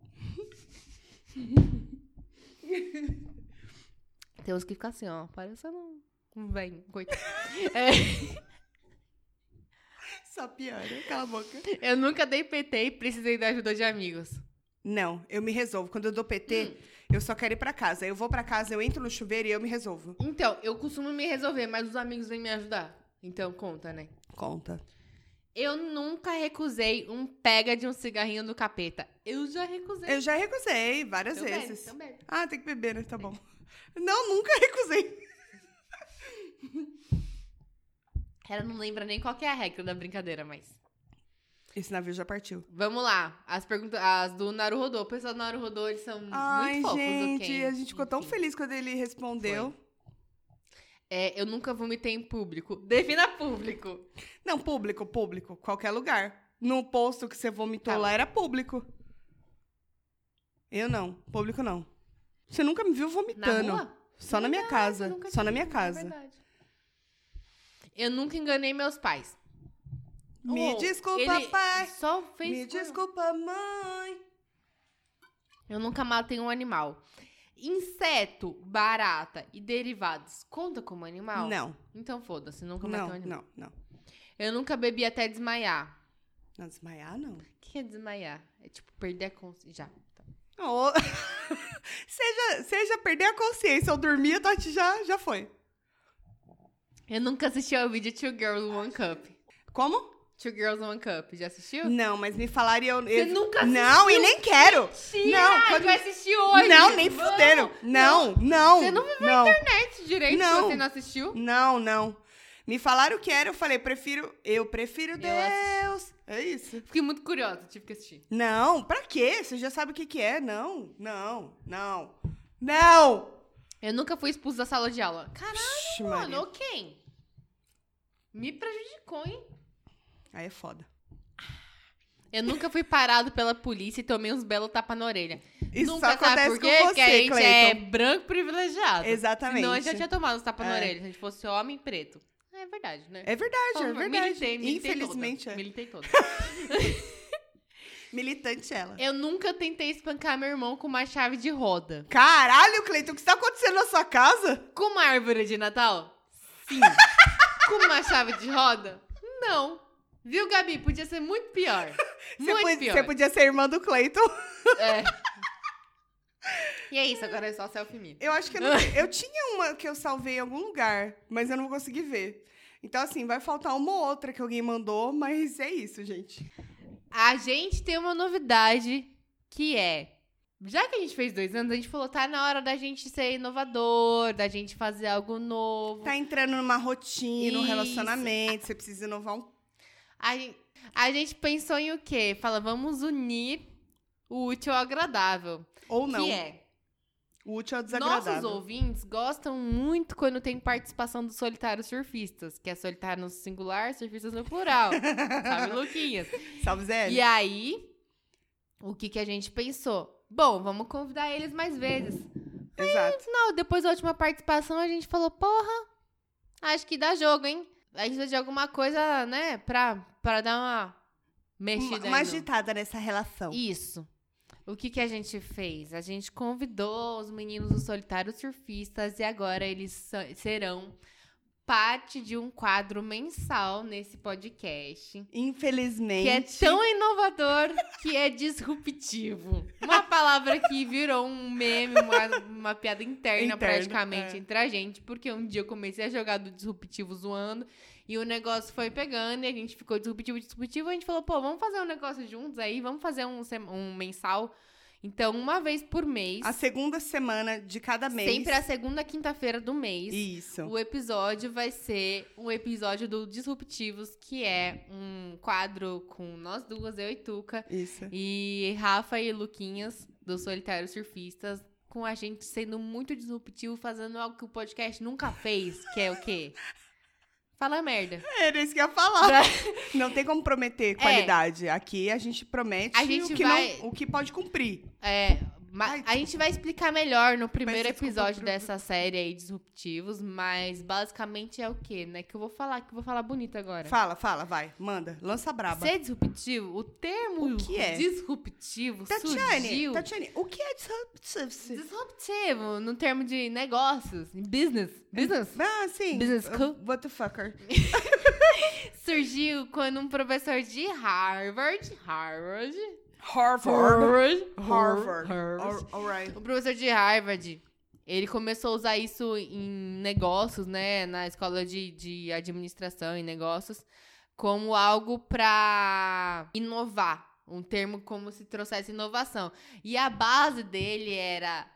Speaker 1: Tem uns que ficam assim, ó. Parecendo um- um velho. Coitado. É,
Speaker 2: Só piora. Cala a boca.
Speaker 1: eu nunca dei PT e precisei da ajuda de amigos.
Speaker 2: Não, eu me resolvo. Quando eu dou PT,
Speaker 1: Hum.
Speaker 2: eu só quero ir pra casa. Eu vou pra casa, eu entro no chuveiro e eu me resolvo.
Speaker 1: Então, eu costumo me resolver, mas os amigos vêm me ajudar. Então, conta, né?
Speaker 2: Conta.
Speaker 1: Eu nunca recusei um pega de um cigarrinho do capeta. Eu já recusei.
Speaker 2: Eu já recusei várias
Speaker 1: Então bebe,
Speaker 2: vezes.
Speaker 1: então bebe.
Speaker 2: Ah, tem que beber, né? Tá bom. Não, nunca recusei.
Speaker 1: Ela não lembra nem qual que é a regra da brincadeira, mas...
Speaker 2: Esse navio já partiu.
Speaker 1: Vamos lá. As perguntas. As do Naruhodô. O pessoal do Naruhodô, eles são
Speaker 2: Ai,
Speaker 1: muito fofos.
Speaker 2: gente,
Speaker 1: ok?
Speaker 2: a gente ficou tão
Speaker 1: Enfim.
Speaker 2: feliz quando ele respondeu.
Speaker 1: É, eu nunca vomitei em público. Defina público.
Speaker 2: Não, público, público. Qualquer lugar. No posto que você vomitou
Speaker 1: Tá.
Speaker 2: lá era público. Eu não. Público não. Você nunca me viu
Speaker 1: Na
Speaker 2: vomitando.
Speaker 1: rua?
Speaker 2: Só na minha casa.
Speaker 1: nunca
Speaker 2: Só na
Speaker 1: tive,
Speaker 2: minha
Speaker 1: é
Speaker 2: casa.
Speaker 1: verdade. Eu nunca enganei meus pais.
Speaker 2: Me
Speaker 1: Oh,
Speaker 2: desculpa,
Speaker 1: ele
Speaker 2: pai.
Speaker 1: Só fez.
Speaker 2: Me
Speaker 1: com-
Speaker 2: desculpa, mãe.
Speaker 1: Eu nunca matei um animal. Inseto, barata e derivados conta como animal?
Speaker 2: Não,
Speaker 1: Então foda-se, nunca matei um
Speaker 2: não,
Speaker 1: animal.
Speaker 2: não, não.
Speaker 1: Eu nunca bebi até desmaiar.
Speaker 2: Não desmaiar, não.
Speaker 1: O que é desmaiar? É tipo perder a consciência. Já. tá.
Speaker 2: Não, ô- seja, seja perder a consciência ou dormir, a Tati já, já foi.
Speaker 1: Eu nunca assisti ao vídeo Two Girls One Cup.
Speaker 2: Como?
Speaker 1: Two Girls One Cup, já assistiu?
Speaker 2: Não, mas me falaram e eu...
Speaker 1: Você
Speaker 2: eu-
Speaker 1: nunca assistiu?
Speaker 2: Não, e nem quero.
Speaker 1: Sim,
Speaker 2: Não,
Speaker 1: ah,
Speaker 2: quando-
Speaker 1: vai assistir hoje.
Speaker 2: Não, nem
Speaker 1: Vamos.
Speaker 2: fuderam. Não, não.
Speaker 1: Você não
Speaker 2: viveu não,
Speaker 1: Internet direito,
Speaker 2: Não.
Speaker 1: se você não assistiu.
Speaker 2: não, não. Me falaram que era, eu falei, prefiro... Eu prefiro Deus. É isso.
Speaker 1: Fiquei muito curiosa, tive que assistir.
Speaker 2: Não, pra quê? Você já sabe o que que é. Não, não, não, não.
Speaker 1: Eu nunca fui expulso da sala de aula. Caralho,
Speaker 2: Vixe,
Speaker 1: mano,
Speaker 2: Maria.
Speaker 1: ô quem? Me prejudicou, hein?
Speaker 2: Aí é foda.
Speaker 1: Eu nunca fui parado pela polícia e tomei uns belos tapas na orelha.
Speaker 2: Isso
Speaker 1: nunca
Speaker 2: só acontece
Speaker 1: sabe por
Speaker 2: com
Speaker 1: quê?
Speaker 2: você,
Speaker 1: Porque a gente é
Speaker 2: Cleiton.
Speaker 1: branco privilegiado.
Speaker 2: Exatamente.
Speaker 1: Senão a gente já tinha tomado uns tapas na
Speaker 2: É.
Speaker 1: orelha, se a gente fosse homem preto. É verdade, né?
Speaker 2: É verdade,
Speaker 1: Por
Speaker 2: é
Speaker 1: favor,
Speaker 2: verdade.
Speaker 1: Militei, militei
Speaker 2: Infelizmente,
Speaker 1: toda.
Speaker 2: é.
Speaker 1: Militei toda.
Speaker 2: Militante ela.
Speaker 1: Eu nunca tentei espancar meu irmão com uma chave de roda.
Speaker 2: Caralho, Cleiton, o que está acontecendo na sua casa?
Speaker 1: Com uma árvore de Natal? Sim. Com uma chave de roda? Não. Viu, Gabi? Podia ser muito pior.
Speaker 2: Você,
Speaker 1: Muito
Speaker 2: pod-
Speaker 1: pior.
Speaker 2: você podia ser irmã do Cleiton.
Speaker 1: É. E é isso, agora é só selfie me.
Speaker 2: Eu acho que eu, não- eu tinha uma que eu salvei em algum lugar, mas eu não vou conseguir ver. Então, assim, vai faltar uma ou outra que alguém mandou, mas é isso, gente.
Speaker 1: A gente tem uma novidade que é. Já que a gente fez dois anos, a gente falou, tá na hora da gente ser inovador, da gente fazer algo novo.
Speaker 2: Tá entrando numa rotina, um
Speaker 1: Isso.
Speaker 2: relacionamento, você precisa inovar um.
Speaker 1: A, gen- a gente pensou em o quê? Fala, vamos unir o útil ao agradável.
Speaker 2: Ou não.
Speaker 1: Que é,
Speaker 2: O útil é o
Speaker 1: Nossos
Speaker 2: desagradável.
Speaker 1: ouvintes gostam muito quando tem participação dos solitários surfistas, que é solitário no singular, surfistas no plural. sabe, Luquinhas?
Speaker 2: Salve, Zé.
Speaker 1: E é. aí, o que, que a gente pensou? Bom, vamos convidar eles mais vezes.
Speaker 2: Exato.
Speaker 1: Não, depois da última participação, a gente falou, porra,
Speaker 2: Hum,
Speaker 1: acho que dá jogo, hein? A gente precisa de alguma coisa, né, pra, pra dar uma mexida.
Speaker 2: mais
Speaker 1: aí no-
Speaker 2: agitada nessa relação.
Speaker 1: Isso. O que, que a gente fez? A gente convidou os meninos do Solitário Surfistas e agora eles so- serão parte de um quadro mensal nesse podcast.
Speaker 2: Infelizmente.
Speaker 1: Que é tão inovador que é disruptivo. Uma palavra que virou um meme, uma, uma piada interna
Speaker 2: Interno,
Speaker 1: praticamente
Speaker 2: é.
Speaker 1: entre a gente, porque um dia eu comecei a jogar do disruptivo zoando e o negócio foi pegando e a gente ficou disruptivo, disruptivo. A gente falou, pô, vamos fazer um negócio juntos aí, vamos fazer um, sem- um mensal. Então, uma vez por mês,
Speaker 2: A segunda semana de cada mês.
Speaker 1: sempre é a segunda quinta-feira do mês.
Speaker 2: Isso.
Speaker 1: O episódio vai ser um episódio do Disruptivos, que é um quadro com nós duas, eu e Tuca,
Speaker 2: Isso.
Speaker 1: e Rafa e Luquinhas, do Solitário Surfistas, com a gente sendo muito disruptivo, fazendo algo que o podcast nunca fez, que é o quê? Fala merda.
Speaker 2: Era isso que eu ia falar. não tem como prometer qualidade. Aqui a gente promete
Speaker 1: É. A gente
Speaker 2: o, que
Speaker 1: vai-
Speaker 2: não- o que pode cumprir.
Speaker 1: É, ma-
Speaker 2: Ai,
Speaker 1: a gente vai explicar melhor no primeiro
Speaker 2: desculpa,
Speaker 1: episódio
Speaker 2: pro-
Speaker 1: dessa série aí, Disruptivos, mas basicamente é o quê, né? Que eu vou falar, que eu vou falar bonito agora.
Speaker 2: Fala, fala, vai. Manda. Lança braba.
Speaker 1: Ser disruptivo, o termo
Speaker 2: O que é?
Speaker 1: disruptivo
Speaker 2: Tatiane,
Speaker 1: surgiu...
Speaker 2: Tatiane, o que é disruptivo?
Speaker 1: Disruptivo, no termo de negócios, em business, business,
Speaker 2: Ah, sim.
Speaker 1: Business
Speaker 2: Uh,
Speaker 1: school?
Speaker 2: What the fucker?
Speaker 1: surgiu quando um professor de Harvard, Harvard,
Speaker 2: Harvard.
Speaker 1: Harvard,
Speaker 2: Harvard. All- all right.
Speaker 1: um professor de Harvard, ele começou a usar isso em negócios, né, na escola de, de administração e negócios, como algo pra inovar, um termo como se trouxesse inovação. E a base dele era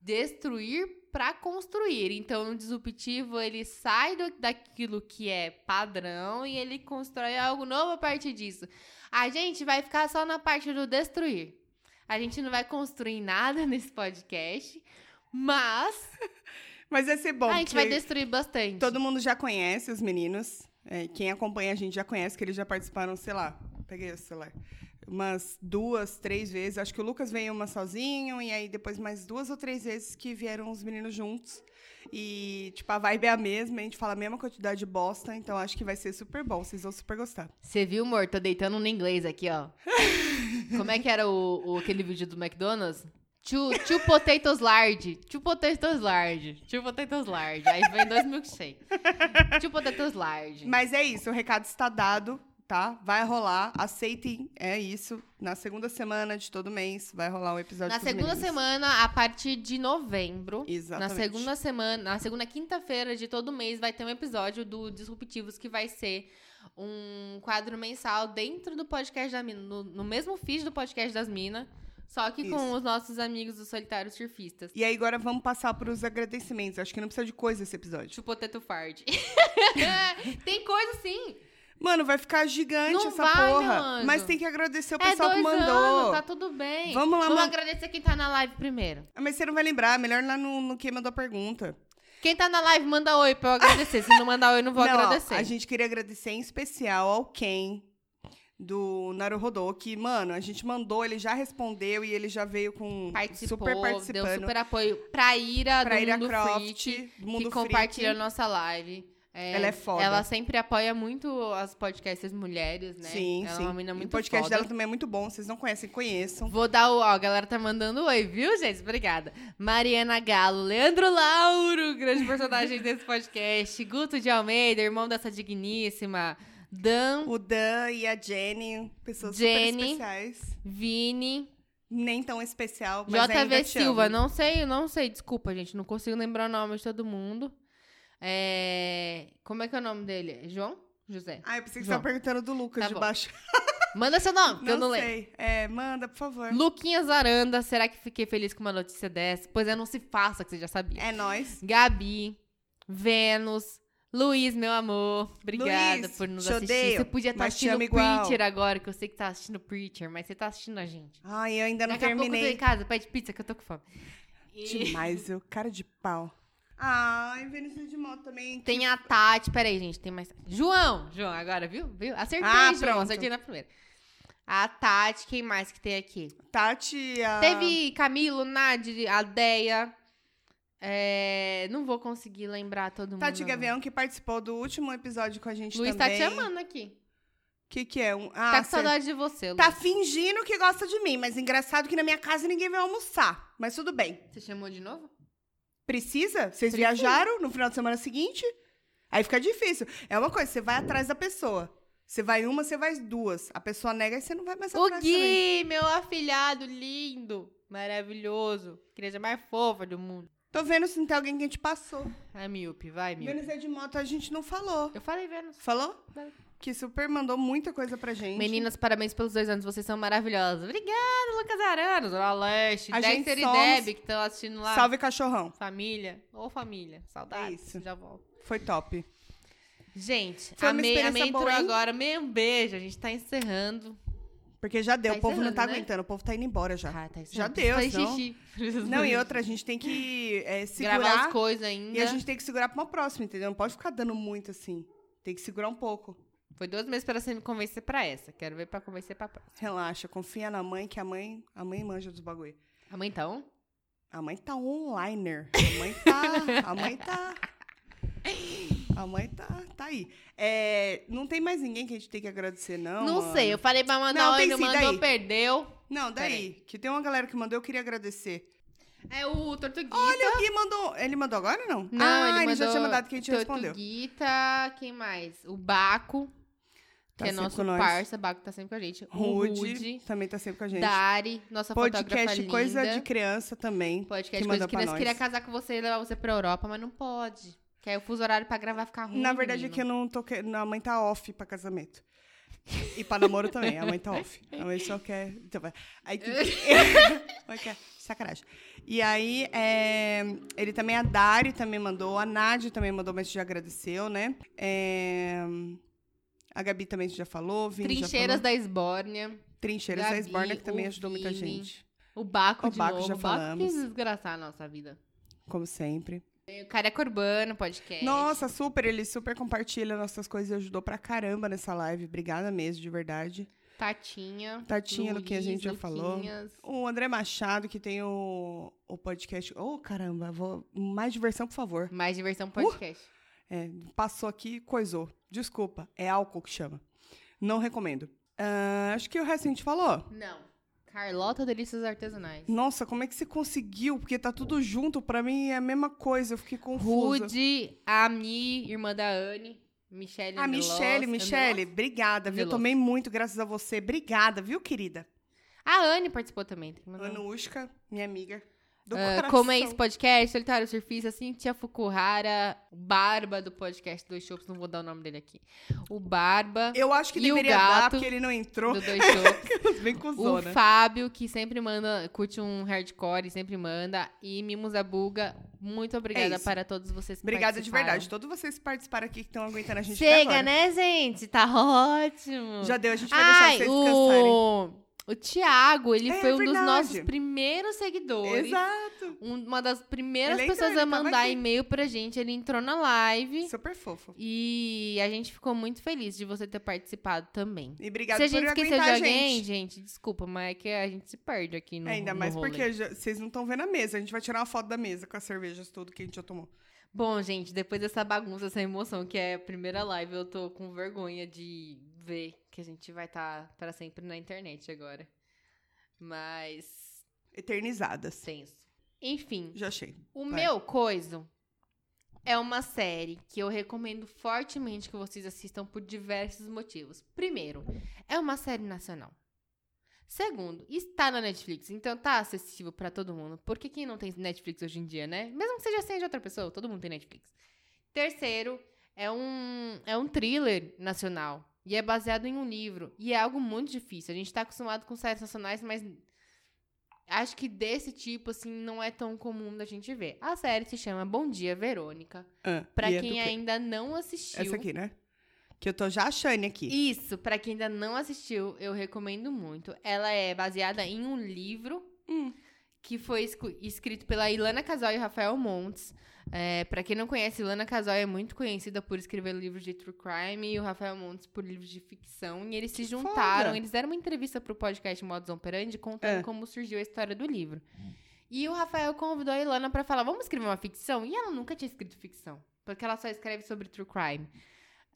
Speaker 1: destruir para construir. Então, no disruptivo, ele sai do- daquilo que é padrão e ele constrói algo novo a partir disso. A gente vai ficar só na parte do destruir. A gente não vai construir nada nesse podcast, mas
Speaker 2: Mas vai ser bom,
Speaker 1: a gente vai
Speaker 2: porque
Speaker 1: destruir bastante.
Speaker 2: todo mundo já conhece os meninos. É, quem acompanha a gente já conhece, que eles já participaram, sei lá, peguei o celular, umas duas, três vezes. Acho que o Lucas veio uma sozinho, e aí depois mais duas ou três vezes que vieram os meninos juntos. E, tipo, a vibe é a mesma, a gente fala a mesma quantidade de bosta, então acho que vai ser super bom, vocês vão super gostar.
Speaker 1: Você viu, amor? Tô deitando no inglês aqui, ó. Como é que era o, o- aquele vídeo do McDonald's? Two, two potatoes large. Two potatoes large. Two potatoes large. Aí vem dois milkshakes. Two potatoes large.
Speaker 2: Mas é isso, o recado está dado, tá? Vai rolar, aceitem, é isso. Na segunda semana de todo mês vai rolar um episódio
Speaker 1: Na
Speaker 2: com os
Speaker 1: segunda
Speaker 2: meninos.
Speaker 1: semana, a partir de novembro.
Speaker 2: Exatamente.
Speaker 1: Na segunda semana, na segunda quinta-feira de todo mês vai ter um episódio do Disruptivos que vai ser um quadro mensal dentro do podcast da Mina, no, no mesmo feed do podcast das Minas, só que com
Speaker 2: Isso.
Speaker 1: os nossos amigos dos Solitários Surfistas.
Speaker 2: E aí agora vamos passar para os agradecimentos. Acho que não precisa de coisa esse episódio.
Speaker 1: Chupoteto Fard. Tem coisa sim.
Speaker 2: Mano, vai ficar gigante
Speaker 1: Não
Speaker 2: essa
Speaker 1: vai, meu
Speaker 2: porra.
Speaker 1: anjo.
Speaker 2: Mas tem que agradecer o
Speaker 1: É
Speaker 2: pessoal que
Speaker 1: dois
Speaker 2: mandou.
Speaker 1: anos, tá tudo bem.
Speaker 2: Vamos lá,
Speaker 1: Vamos
Speaker 2: man-
Speaker 1: agradecer quem tá na live primeiro.
Speaker 2: Ah, Mas você não vai lembrar, melhor lá no, no quem mandou a pergunta.
Speaker 1: Quem tá na live, manda oi pra eu agradecer. Se não mandar oi, eu não vou
Speaker 2: Não, ó,
Speaker 1: agradecer.
Speaker 2: a gente queria agradecer em especial ao Ken do Naruhodô, que, mano, a gente mandou, ele já respondeu e ele já veio com
Speaker 1: participou,
Speaker 2: super participando.
Speaker 1: deu super apoio pra Ira,
Speaker 2: pra
Speaker 1: do
Speaker 2: Ira
Speaker 1: Mundo
Speaker 2: Croft,
Speaker 1: Freak,
Speaker 2: do Mundo
Speaker 1: que compartilha a
Speaker 2: Freak.
Speaker 1: nossa live.
Speaker 2: Ela é foda.
Speaker 1: Ela sempre apoia muito as podcasts mulheres, né?
Speaker 2: Sim,
Speaker 1: ela
Speaker 2: sim.
Speaker 1: é uma mina muito
Speaker 2: o podcast
Speaker 1: foda.
Speaker 2: dela também é muito bom, vocês não conhecem, conheçam.
Speaker 1: Vou dar o... Ó, a galera tá mandando oi, viu, gente? Obrigada. Mariana Galo, Leandro Lauro, grande personagem desse podcast, Guto de Almeida, irmão dessa digníssima, Dan,
Speaker 2: O Dan e a Jenny, pessoas super
Speaker 1: Jenny.
Speaker 2: especiais.
Speaker 1: Vini,
Speaker 2: Nem tão especial, mas ainda
Speaker 1: JV
Speaker 2: te
Speaker 1: Silva,
Speaker 2: amo.
Speaker 1: não sei, não sei, desculpa, gente, não consigo lembrar o nome de todo mundo. É, Como é que é o nome dele? É João? José.
Speaker 2: Ah, eu pensei que você
Speaker 1: João.
Speaker 2: tava perguntando do Lucas
Speaker 1: Tá
Speaker 2: de
Speaker 1: bom.
Speaker 2: baixo.
Speaker 1: Manda seu nome, que eu não lembro.
Speaker 2: sei. É, manda, por favor.
Speaker 1: Luquinhas Aranda, será que fiquei feliz com uma notícia dessa? Pois é, não se faça, que você já sabia.
Speaker 2: É nós.
Speaker 1: Gabi, Vênus, Luiz, meu amor, obrigada
Speaker 2: Luiz,
Speaker 1: por nos
Speaker 2: te
Speaker 1: assistir.
Speaker 2: odeio,
Speaker 1: você podia estar
Speaker 2: mas te
Speaker 1: assistindo
Speaker 2: amo igual.
Speaker 1: Preacher agora, que eu sei que tá assistindo Preacher, mas você tá assistindo a gente.
Speaker 2: Ai, eu ainda não
Speaker 1: Daqui a pouco eu tô em
Speaker 2: terminei.
Speaker 1: casa, pede pizza que eu tô com fome. E-
Speaker 2: Demais, eu, cara de pau. Ai, Vinícius de Moto também.
Speaker 1: Tem a Tati, peraí, gente, tem mais. João! João, agora, viu? viu? Acertei,
Speaker 2: Ah,
Speaker 1: João,
Speaker 2: pronto.
Speaker 1: acertei na primeira. A Tati, quem mais que tem aqui?
Speaker 2: Tati, a...
Speaker 1: Teve Camilo, Nadi, a Deia. É, Não vou conseguir lembrar todo mundo.
Speaker 2: Tati
Speaker 1: não.
Speaker 2: Gavião, que participou do último episódio com a gente
Speaker 1: Luiz tá
Speaker 2: um também.
Speaker 1: te amando aqui.
Speaker 2: que, que é? Um,
Speaker 1: tá
Speaker 2: ah,
Speaker 1: com
Speaker 2: cê-
Speaker 1: saudade de você, Lu.
Speaker 2: tá fingindo que gosta de mim, mas engraçado que na minha casa ninguém vai almoçar. Mas tudo bem.
Speaker 1: Você chamou de novo?
Speaker 2: Precisa? Vocês
Speaker 1: Precisa.
Speaker 2: viajaram no final de semana seguinte? Aí fica difícil. É uma coisa, você vai atrás da pessoa. Você vai uma, você vai duas. A pessoa nega e você não vai mais
Speaker 1: O
Speaker 2: atrás
Speaker 1: Gui,
Speaker 2: também.
Speaker 1: meu afilhado lindo, maravilhoso. Criança mais fofa do mundo.
Speaker 2: Tô vendo se não tem alguém que te passou.
Speaker 1: Ai, míope, vai, míope.
Speaker 2: Vênus é de moto, a gente não falou.
Speaker 1: Eu falei, Vênus.
Speaker 2: Falou?
Speaker 1: Falei.
Speaker 2: Que super mandou muita coisa pra gente.
Speaker 1: Meninas, parabéns pelos dois anos, vocês são maravilhosas. Obrigada, Lucas Aranos, Zona Leste,
Speaker 2: A gente
Speaker 1: Dexter e
Speaker 2: somos-
Speaker 1: Deb, que estão assistindo lá.
Speaker 2: Salve cachorrão.
Speaker 1: Família, ou família, saudade.
Speaker 2: É isso.
Speaker 1: Já volto.
Speaker 2: Foi top.
Speaker 1: Gente,
Speaker 2: Foi uma
Speaker 1: amei,
Speaker 2: experiência
Speaker 1: amei entrou
Speaker 2: boa, hein?
Speaker 1: agora, meio um beijo, a gente tá encerrando.
Speaker 2: Porque já deu,
Speaker 1: Tá
Speaker 2: o povo não tá
Speaker 1: encerrando, né?
Speaker 2: aguentando, o povo tá indo embora já.
Speaker 1: Ah, tá encerrando.
Speaker 2: Já deu,
Speaker 1: Preciso fazer
Speaker 2: senão-
Speaker 1: xixi.
Speaker 2: Não, e outra, a gente tem que
Speaker 1: Gravar
Speaker 2: é,
Speaker 1: as
Speaker 2: segurar.
Speaker 1: coisas ainda.
Speaker 2: E a gente tem que segurar pra uma próxima, entendeu? Não pode ficar dando muito assim. Tem que segurar um pouco.
Speaker 1: Foi dois meses pra você me convencer pra essa. Quero ver pra convencer pra próxima.
Speaker 2: Relaxa, confia na mãe, que a mãe, a mãe manja dos bagulho.
Speaker 1: A mãe tá on?
Speaker 2: A mãe tá onliner. A mãe tá. A mãe tá. A mãe tá, tá aí. É, não tem mais ninguém que a gente tem que agradecer, não.
Speaker 1: Não,
Speaker 2: mano.
Speaker 1: sei, eu falei pra mandar,
Speaker 2: Não,
Speaker 1: não,
Speaker 2: tem
Speaker 1: ele não
Speaker 2: sim,
Speaker 1: mandou,
Speaker 2: daí.
Speaker 1: perdeu.
Speaker 2: Não, daí. Que tem uma galera que mandou, eu queria agradecer.
Speaker 1: É o Tortuguita.
Speaker 2: Olha, o Gui mandou. Ele mandou agora ou não?
Speaker 1: não,
Speaker 2: ah,
Speaker 1: ele, mandou
Speaker 2: já tinha mandado que a gente respondeu.
Speaker 1: Tortuguita, quem mais? O Baco,
Speaker 2: Tá
Speaker 1: que é
Speaker 2: sempre
Speaker 1: nosso
Speaker 2: com nós.
Speaker 1: parça, Baco tá sempre com a gente.
Speaker 2: Rude,
Speaker 1: o Rude,
Speaker 2: também tá sempre com a gente.
Speaker 1: Dari, nossa fotógrafa
Speaker 2: Podcast
Speaker 1: linda.
Speaker 2: Coisa de Criança também.
Speaker 1: um Podcast
Speaker 2: que
Speaker 1: Coisa
Speaker 2: mandou
Speaker 1: de Criança.
Speaker 2: pra
Speaker 1: Queria
Speaker 2: nós.
Speaker 1: casar com você e levar você pra Europa, mas não pode. Que aí o fuso horário pra gravar fica ruim,
Speaker 2: Na verdade é
Speaker 1: menino.
Speaker 2: que eu não tô querendo. A mãe tá off pra casamento. E pra namoro também, a mãe tá off. A mãe só quer. Então, vai. Aí que. A mãe quer- é? Sacanagem. E aí, é, ele também, a Dari também mandou, a Nádia também mandou, mas já agradeceu, né? É, A Gabi também já falou, Vini já
Speaker 1: Trincheiras
Speaker 2: falou.
Speaker 1: da Esbórnia.
Speaker 2: Trincheiras da
Speaker 1: Gabi,
Speaker 2: Esborna, que também
Speaker 1: o
Speaker 2: ajudou muita
Speaker 1: Vini.
Speaker 2: gente.
Speaker 1: O Baco
Speaker 2: O
Speaker 1: de
Speaker 2: Baco,
Speaker 1: novo.
Speaker 2: já
Speaker 1: o Baco quis
Speaker 2: falamos.
Speaker 1: desgraçar a nossa vida. É,
Speaker 2: Como sempre.
Speaker 1: O Careca Urbano, podcast.
Speaker 2: Nossa, super, ele super compartilha nossas coisas e ajudou pra caramba nessa live. Obrigada mesmo, de verdade.
Speaker 1: Tatinha.
Speaker 2: Tatinha, do que a
Speaker 1: Luiz,
Speaker 2: gente já falou.
Speaker 1: Luquinhas.
Speaker 2: O André Machado, que tem o, o podcast. Ô, caramba, vou... mais diversão, por favor.
Speaker 1: Mais
Speaker 2: Uh!
Speaker 1: diversão podcast.
Speaker 2: É, passou aqui e coisou. Desculpa, é álcool que chama. Não recomendo. Ah, acho que o resto a gente falou.
Speaker 1: Não. Carlota Delícias Artesanais.
Speaker 2: Nossa, como é que você conseguiu? Porque tá tudo junto, pra mim é a mesma coisa, eu fiquei confusa.
Speaker 1: Rude, Ami, irmã da Anne. Michelle
Speaker 2: Ah,
Speaker 1: Melos-
Speaker 2: Michele, Michele,
Speaker 1: Melos?
Speaker 2: obrigada, viu?
Speaker 1: Veloso.
Speaker 2: Tomei muito, graças a você. Obrigada, viu, querida?
Speaker 1: A Anne participou também. Tem que mandar um
Speaker 2: Ana Ushka, minha amiga. Do
Speaker 1: Ah,
Speaker 2: coração.
Speaker 1: como é esse podcast? Solitário Surfista, Cintia Fukuhara, o Barba do podcast Dois Shops, não vou dar o nome dele aqui. O Barba
Speaker 2: Eu acho que
Speaker 1: E o
Speaker 2: deveria
Speaker 1: gato
Speaker 2: dar, porque ele não entrou.
Speaker 1: do Dois Shops.
Speaker 2: Vem com
Speaker 1: o
Speaker 2: zona.
Speaker 1: Fábio, que sempre manda, curte um hardcore e sempre manda. E Mimosa Buga, muito obrigada
Speaker 2: isso.
Speaker 1: para todos vocês que
Speaker 2: Obrigada de
Speaker 1: participaram.
Speaker 2: verdade. Todos vocês que participaram aqui que estão aguentando a gente até
Speaker 1: Chega,
Speaker 2: agora.
Speaker 1: né, gente? Tá ótimo.
Speaker 2: Já deu, a gente vai
Speaker 1: Ai,
Speaker 2: deixar vocês descansarem.
Speaker 1: o... o Thiago, ele
Speaker 2: É
Speaker 1: foi um dos
Speaker 2: verdade.
Speaker 1: nossos primeiros seguidores.
Speaker 2: Exato.
Speaker 1: Um- Uma das primeiras
Speaker 2: Ele entrou,
Speaker 1: pessoas
Speaker 2: ele
Speaker 1: a
Speaker 2: tava
Speaker 1: mandar
Speaker 2: aqui.
Speaker 1: e-mail pra gente. Ele entrou na live.
Speaker 2: Super fofo.
Speaker 1: E a gente ficou muito feliz de você ter participado também.
Speaker 2: E obrigada
Speaker 1: se a
Speaker 2: por
Speaker 1: gente esqueceu
Speaker 2: aguentar
Speaker 1: de
Speaker 2: a
Speaker 1: alguém,
Speaker 2: gente.
Speaker 1: gente, desculpa, mas é que a gente se perde aqui no
Speaker 2: Ainda
Speaker 1: no
Speaker 2: mais
Speaker 1: rolê.
Speaker 2: porque já- vocês não estão vendo a mesa. A gente vai tirar uma foto da mesa com as cervejas tudo que a gente já tomou.
Speaker 1: Bom, gente, depois dessa bagunça, essa emoção que é a primeira live, eu tô com vergonha de ver que a gente vai estar tá para sempre na internet agora. Mas
Speaker 2: Eternizadas.
Speaker 1: tenso. Enfim,
Speaker 2: Já achei.
Speaker 1: O
Speaker 2: Vai.
Speaker 1: meu coiso é uma série que eu recomendo fortemente que vocês assistam por diversos motivos. Primeiro, é uma série nacional. Segundo, está na Netflix, então tá acessível pra todo mundo. Porque quem não tem Netflix hoje em dia, né? Mesmo que seja senha de outra pessoa, todo mundo tem Netflix. Terceiro, é um, é um thriller nacional. E é baseado em um livro. E é algo muito difícil. A gente tá acostumado com séries nacionais, mas acho que desse tipo, assim, não é tão comum da gente ver. A série se chama Bom Dia, Verônica.
Speaker 2: Ah,
Speaker 1: Pra
Speaker 2: e é do
Speaker 1: quem
Speaker 2: quê?
Speaker 1: ainda não assistiu.
Speaker 2: Essa aqui, né? Que eu tô já achando aqui.
Speaker 1: Isso, pra quem ainda não assistiu, eu recomendo muito. Ela é baseada em um livro
Speaker 2: Hum.
Speaker 1: que foi escu- escrito pela Ilana Casoy e Rafael Montes. É, para quem não conhece, Ilana Casoy é muito conhecida por escrever livros de true crime e o Rafael Montes por livros de ficção. E eles se juntaram,
Speaker 2: foda!
Speaker 1: eles deram uma entrevista pro podcast Modus Operandi contando
Speaker 2: É.
Speaker 1: como surgiu a história do livro. E o Rafael convidou a Ilana pra falar, vamos escrever uma ficção? E ela nunca tinha escrito ficção, porque ela só escreve sobre true crime.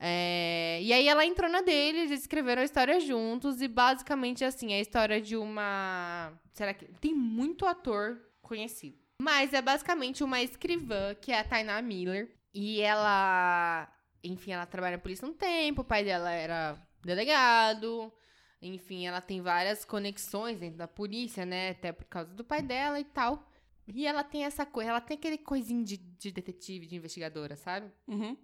Speaker 1: É, e aí ela entrou na dele, eles escreveram a história juntos, e basicamente assim, é a história de uma. Será que. Tem muito ator conhecido. Mas é basicamente uma escrivã, que é a Tainá Miller. E ela. Enfim, ela trabalha na polícia um tempo, o pai dela era delegado. Enfim, ela tem várias conexões dentro da polícia, né? Até por causa do pai dela e tal. E ela tem essa coisa, ela tem aquele coisinho de, de detetive, de investigadora, sabe?
Speaker 2: Uhum.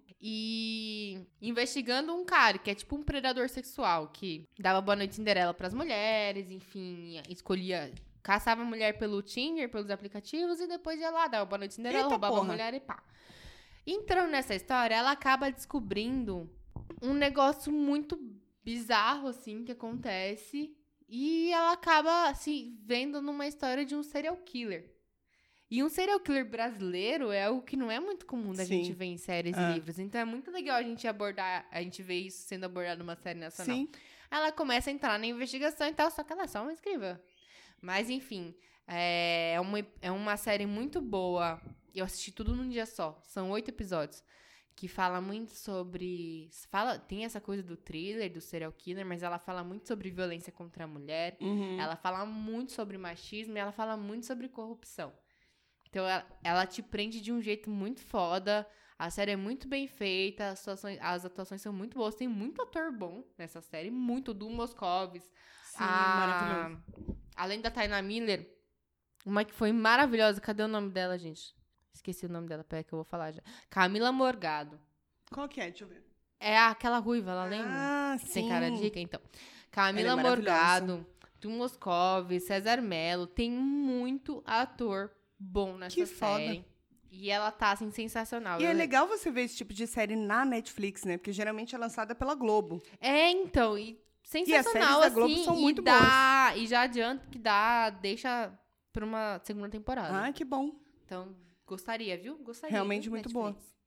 Speaker 1: e investigando um cara que é tipo um predador sexual que dava boa noite Cinderela pras mulheres, enfim, escolhia caçava mulher pelo Tinder, pelos aplicativos e depois ia lá dava boa noite Cinderela,
Speaker 2: Eita
Speaker 1: roubava
Speaker 2: porra.
Speaker 1: a mulher e pá. Entrando nessa história, ela acaba descobrindo um negócio muito bizarro assim que acontece e ela acaba se vendo numa história de um serial killer. E um serial killer brasileiro é algo que não é muito comum da
Speaker 2: Sim.
Speaker 1: gente ver em séries
Speaker 2: É.
Speaker 1: e livros. Então é muito legal a gente abordar, a gente ver isso sendo abordado numa série nacional.
Speaker 2: Sim.
Speaker 1: Ela começa a entrar na investigação e tal, só que ela é só uma escrivã. Mas enfim, é é uma, é uma série muito boa. Eu assisti tudo num dia só. São oito episódios. Que fala muito sobre. Fala, tem essa coisa do thriller, do serial killer, mas ela fala muito sobre violência contra a mulher.
Speaker 2: Uhum.
Speaker 1: Ela fala muito sobre machismo e ela fala muito sobre corrupção. Então ela, ela te prende de um jeito muito foda. A série é muito bem feita, as atuações, as atuações são muito boas. Tem muito ator bom nessa série, muito. Do Moscovis.
Speaker 2: Sim, maravilhoso.
Speaker 1: a, além da Taina Miller, uma que foi maravilhosa. Cadê o nome dela, gente? Esqueci o nome dela, peraí que eu vou falar já. Camila Morgado.
Speaker 2: Qual que é? Deixa eu ver.
Speaker 1: É aquela ruiva, ela lembra?
Speaker 2: Ah, sim.
Speaker 1: Sem cara de rica, então. Camila
Speaker 2: Ela é
Speaker 1: Morgado, Tu Moscov, César Mello, tem muito ator bom nessa
Speaker 2: Que foda.
Speaker 1: série. E ela tá, assim, sensacional.
Speaker 2: E é
Speaker 1: Eu-
Speaker 2: legal você ver esse tipo de série na Netflix, né? Porque geralmente é lançada pela Globo.
Speaker 1: É, então, e sensacional,
Speaker 2: séries da
Speaker 1: assim.
Speaker 2: Globo são
Speaker 1: e
Speaker 2: muito
Speaker 1: dá, E já adianto que dá, deixa pra uma segunda temporada.
Speaker 2: Ah, que bom.
Speaker 1: Então, gostaria, viu? Gostaria.
Speaker 2: Realmente
Speaker 1: viu,
Speaker 2: muito boa.
Speaker 1: Netflix?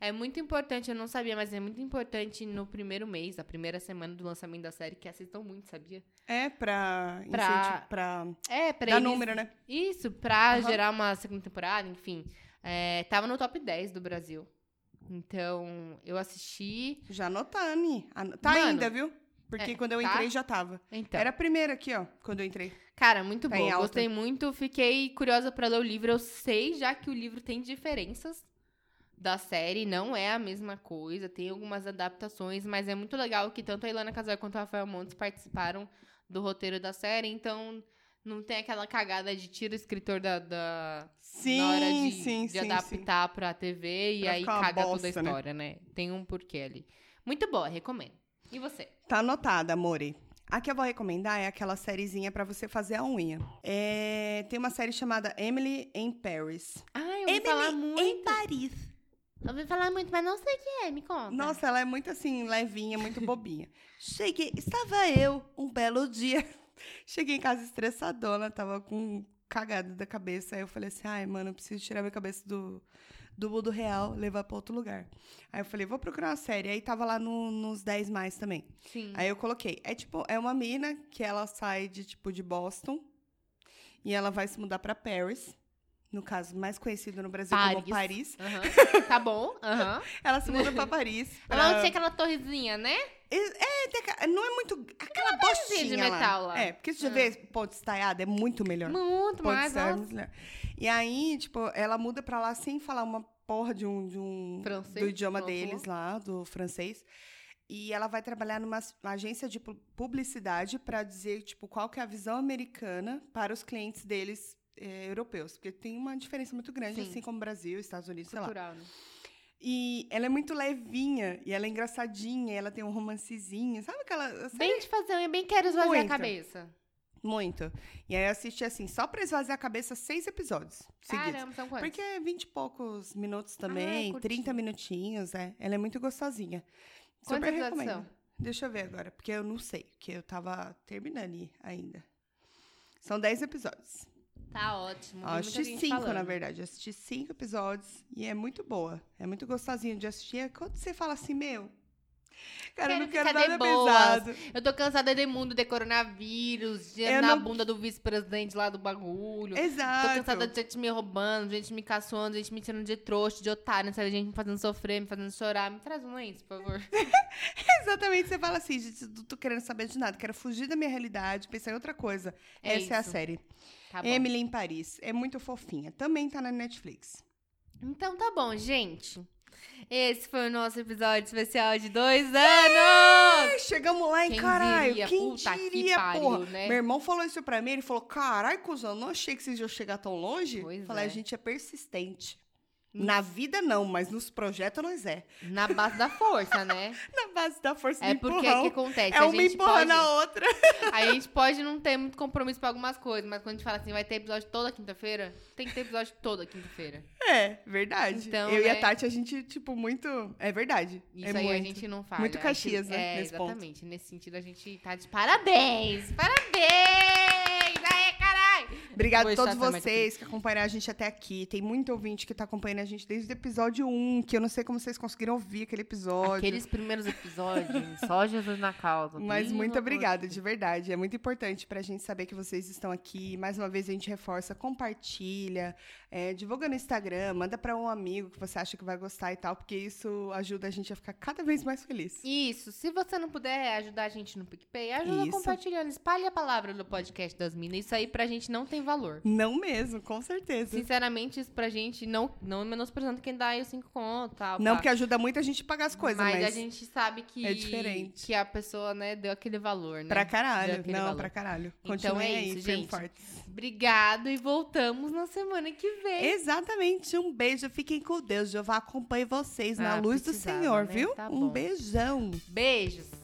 Speaker 1: É muito importante, eu não sabia, mas é muito importante no primeiro mês, a primeira semana do lançamento da série, que assistam muito, sabia?
Speaker 2: É, pra.
Speaker 1: Pra-
Speaker 2: incenti- pra
Speaker 1: É, pra
Speaker 2: dar
Speaker 1: eles
Speaker 2: número, né?
Speaker 1: Isso, pra
Speaker 2: Aham.
Speaker 1: gerar uma segunda temporada, enfim. É, tava no top 10 do Brasil. Então, eu assisti.
Speaker 2: Já anotando. Ano- Tá
Speaker 1: Mano,
Speaker 2: ainda, viu? Porque
Speaker 1: é,
Speaker 2: quando eu
Speaker 1: tá?
Speaker 2: entrei já tava.
Speaker 1: Então,
Speaker 2: Era a primeira aqui, ó, quando eu entrei.
Speaker 1: cara, muito
Speaker 2: tá
Speaker 1: bom.
Speaker 2: em alta.
Speaker 1: Gostei muito. Fiquei curiosa pra ler o livro. Eu sei já que o livro tem diferenças da série. Não é a mesma coisa. Tem algumas adaptações. Mas é muito legal que tanto a Ilana Casal quanto o Rafael Montes participaram do roteiro da série. Então, não tem aquela cagada de tira o escritor da- da,
Speaker 2: Sim,
Speaker 1: na hora de,
Speaker 2: sim,
Speaker 1: de
Speaker 2: sim. sim.
Speaker 1: adaptar pra TV e
Speaker 2: Pra
Speaker 1: aí
Speaker 2: ficar uma
Speaker 1: caga toda
Speaker 2: bosta,
Speaker 1: a
Speaker 2: né?
Speaker 1: história, né? Tem um porquê ali. Muito boa, recomendo. E você?
Speaker 2: Tá anotada, amore. A que eu vou recomendar é aquela sériezinha pra você fazer a unha. É, tem uma série chamada Emily in Paris.
Speaker 1: Ah, eu
Speaker 2: ouvi falar É Em Paris.
Speaker 1: Eu ouvi falar muito, mas não sei o que é, me conta.
Speaker 2: Nossa, ela é muito assim, levinha, muito bobinha. Cheguei, estava eu, um belo dia. Cheguei em casa estressadona, tava com cagada da cabeça. Aí eu falei assim: ai, mano, eu preciso tirar minha cabeça do, do mundo real, levar pra outro lugar. Aí eu falei: vou procurar uma série. Aí tava lá no- nos 10 mais também.
Speaker 1: Sim.
Speaker 2: Aí eu coloquei. É tipo, é uma mina que ela sai de tipo de Boston e ela vai se mudar pra Paris. No caso, mais conhecido no Brasil como
Speaker 1: Paris.
Speaker 2: Paris.
Speaker 1: Aham. Tá bom, aham.
Speaker 2: Ela se muda pra Paris.
Speaker 1: Lá onde
Speaker 2: pra-
Speaker 1: tem aquela torrezinha, né?
Speaker 2: É, tem aquela- não é muito. Aquela
Speaker 1: um de
Speaker 2: bostinha
Speaker 1: metal lá. Ah.
Speaker 2: É, porque se você vê ponto estaiado, é muito melhor.
Speaker 1: Muito
Speaker 2: Ponto
Speaker 1: mais,
Speaker 2: estaiado é
Speaker 1: nossa.
Speaker 2: muito melhor. E aí, tipo, ela muda pra lá sem falar uma porra de um. De um
Speaker 1: Francês,
Speaker 2: do idioma
Speaker 1: pronto.
Speaker 2: deles lá, do francês. E ela vai trabalhar numa s- agência de pu- publicidade pra dizer, tipo, qual que é a visão americana para os clientes deles eh, europeus. Porque tem uma diferença muito grande,
Speaker 1: Sim.
Speaker 2: assim como Brasil, Estados Unidos, sei lá.
Speaker 1: Cultural, né?
Speaker 2: E ela é muito levinha, e ela é engraçadinha, e ela tem um romancezinho, sabe aquela. sabe?
Speaker 1: Bem de fazer, eu bem quero esvaziar
Speaker 2: Muito.
Speaker 1: a cabeça.
Speaker 2: Muito. E aí eu assisti assim, só pra esvaziar a cabeça, seis episódios seguidos.
Speaker 1: Caramba, são quantos?
Speaker 2: Porque é vinte e poucos minutos
Speaker 1: Ah, é
Speaker 2: também,
Speaker 1: curtinho.
Speaker 2: 30 minutinhos, é. Ela é muito gostosinha.
Speaker 1: Quantos
Speaker 2: Super
Speaker 1: episódios
Speaker 2: recomendo.
Speaker 1: são?
Speaker 2: Deixa eu ver agora, porque eu não sei, porque eu tava terminando aí ainda. São dez episódios.
Speaker 1: Tá ótimo.
Speaker 2: Eu
Speaker 1: vi muita
Speaker 2: assisti
Speaker 1: gente
Speaker 2: cinco, na
Speaker 1: falando.
Speaker 2: verdade. Eu assisti cinco episódios e é muito boa. É muito gostosinho de assistir. É Quando você fala assim, meu, Cara, eu não
Speaker 1: Quero
Speaker 2: quero
Speaker 1: ficar de
Speaker 2: nada
Speaker 1: boas.
Speaker 2: pesado.
Speaker 1: Eu tô cansada de mundo, de coronavírus, de
Speaker 2: Eu
Speaker 1: na
Speaker 2: É, não-
Speaker 1: bunda do vice-presidente lá do bagulho. Tô
Speaker 2: Exato.
Speaker 1: cansada de gente me roubando, gente me caçoando, gente me tirando de trouxa, de otário, sabe? Gente me fazendo sofrer, me fazendo chorar. Me traz um lente, por favor.
Speaker 2: Exatamente, você fala assim, gente, não tô querendo saber de nada, quero fugir da minha realidade, pensar em outra coisa.
Speaker 1: É
Speaker 2: Essa é a
Speaker 1: isso.
Speaker 2: série.
Speaker 1: Tá bom.
Speaker 2: Emily em Paris. É muito fofinha. Também tá na Netflix.
Speaker 1: Então tá bom, gente. Esse foi o nosso episódio especial de dois anos!
Speaker 2: Ai, chegamos lá, hein,
Speaker 1: Ah. Quem
Speaker 2: caralho.
Speaker 1: diria?
Speaker 2: Quem
Speaker 1: Puta que
Speaker 2: diria,
Speaker 1: pariu,
Speaker 2: porra?
Speaker 1: né?
Speaker 2: Meu irmão falou isso pra mim, ele falou, caralho, cuzão, não achei que vocês iam chegar tão longe.
Speaker 1: Pois
Speaker 2: Falei,
Speaker 1: é.
Speaker 2: a gente é persistente. Na vida não, mas nos projetos nós é.
Speaker 1: Na base da força, né?
Speaker 2: Na base da força
Speaker 1: É
Speaker 2: do
Speaker 1: porque
Speaker 2: empurrão.
Speaker 1: que acontece.
Speaker 2: é
Speaker 1: a
Speaker 2: uma
Speaker 1: gente
Speaker 2: empurrando
Speaker 1: pode...
Speaker 2: a outra.
Speaker 1: A gente pode não ter muito compromisso pra algumas coisas, mas quando a gente fala assim, vai ter episódio toda quinta-feira, tem que ter episódio toda quinta-feira.
Speaker 2: É, verdade.
Speaker 1: Então,
Speaker 2: Eu e
Speaker 1: né?
Speaker 2: a Tati, a gente, tipo, muito. É verdade.
Speaker 1: Isso
Speaker 2: é
Speaker 1: aí
Speaker 2: muito.
Speaker 1: a gente não faz.
Speaker 2: Muito Caxias, né,
Speaker 1: É,
Speaker 2: nesse ponto.
Speaker 1: exatamente. Nesse sentido, a gente tá de parabéns! Parabéns! Aê, caralho!
Speaker 2: Obrigada
Speaker 1: Vou
Speaker 2: a todos
Speaker 1: estar também
Speaker 2: vocês que acompanharam a gente até aqui. Tem muito ouvinte que tá acompanhando a gente desde o episódio 1, que eu não sei como vocês conseguiram ouvir aquele episódio.
Speaker 1: Aqueles primeiros episódios, só Jesus na causa.
Speaker 2: Mas
Speaker 1: Pelo
Speaker 2: muito
Speaker 1: amor
Speaker 2: obrigada,
Speaker 1: de
Speaker 2: de verdade. É muito importante pra gente saber que vocês estão aqui. Mais uma vez a gente reforça, compartilha, é, divulga no Instagram, manda pra um amigo que você acha que vai gostar e tal, porque isso ajuda a gente a ficar cada vez mais feliz.
Speaker 1: Isso, se você não puder ajudar a gente no PicPay, ajuda
Speaker 2: Isso.
Speaker 1: compartilhando, espalhe a palavra do podcast das minas. Isso aí pra gente não tem valor.
Speaker 2: Não mesmo, com certeza.
Speaker 1: Sinceramente, isso pra gente, não, não menosprezando quem dá aí os 5 conto, tal.
Speaker 2: Não,
Speaker 1: pá.
Speaker 2: porque ajuda muito a gente a pagar as coisas, mas,
Speaker 1: mas, a gente sabe que,
Speaker 2: é diferente.
Speaker 1: que a pessoa, né, deu aquele valor, né?
Speaker 2: pra
Speaker 1: Deu
Speaker 2: caralho.
Speaker 1: aquele
Speaker 2: Não,
Speaker 1: valor.
Speaker 2: pra caralho.
Speaker 1: Então
Speaker 2: Continue
Speaker 1: é
Speaker 2: aí,
Speaker 1: isso,
Speaker 2: firme e
Speaker 1: gente.
Speaker 2: fortes.
Speaker 1: Obrigado e voltamos na semana que vem.
Speaker 2: Exatamente. Um beijo. Fiquem com Deus. Jeová acompanhe vocês na
Speaker 1: Ah,
Speaker 2: luz do
Speaker 1: precisava,
Speaker 2: Senhor,
Speaker 1: né?
Speaker 2: viu?
Speaker 1: Tá
Speaker 2: um
Speaker 1: bom.
Speaker 2: beijão.
Speaker 1: Beijos.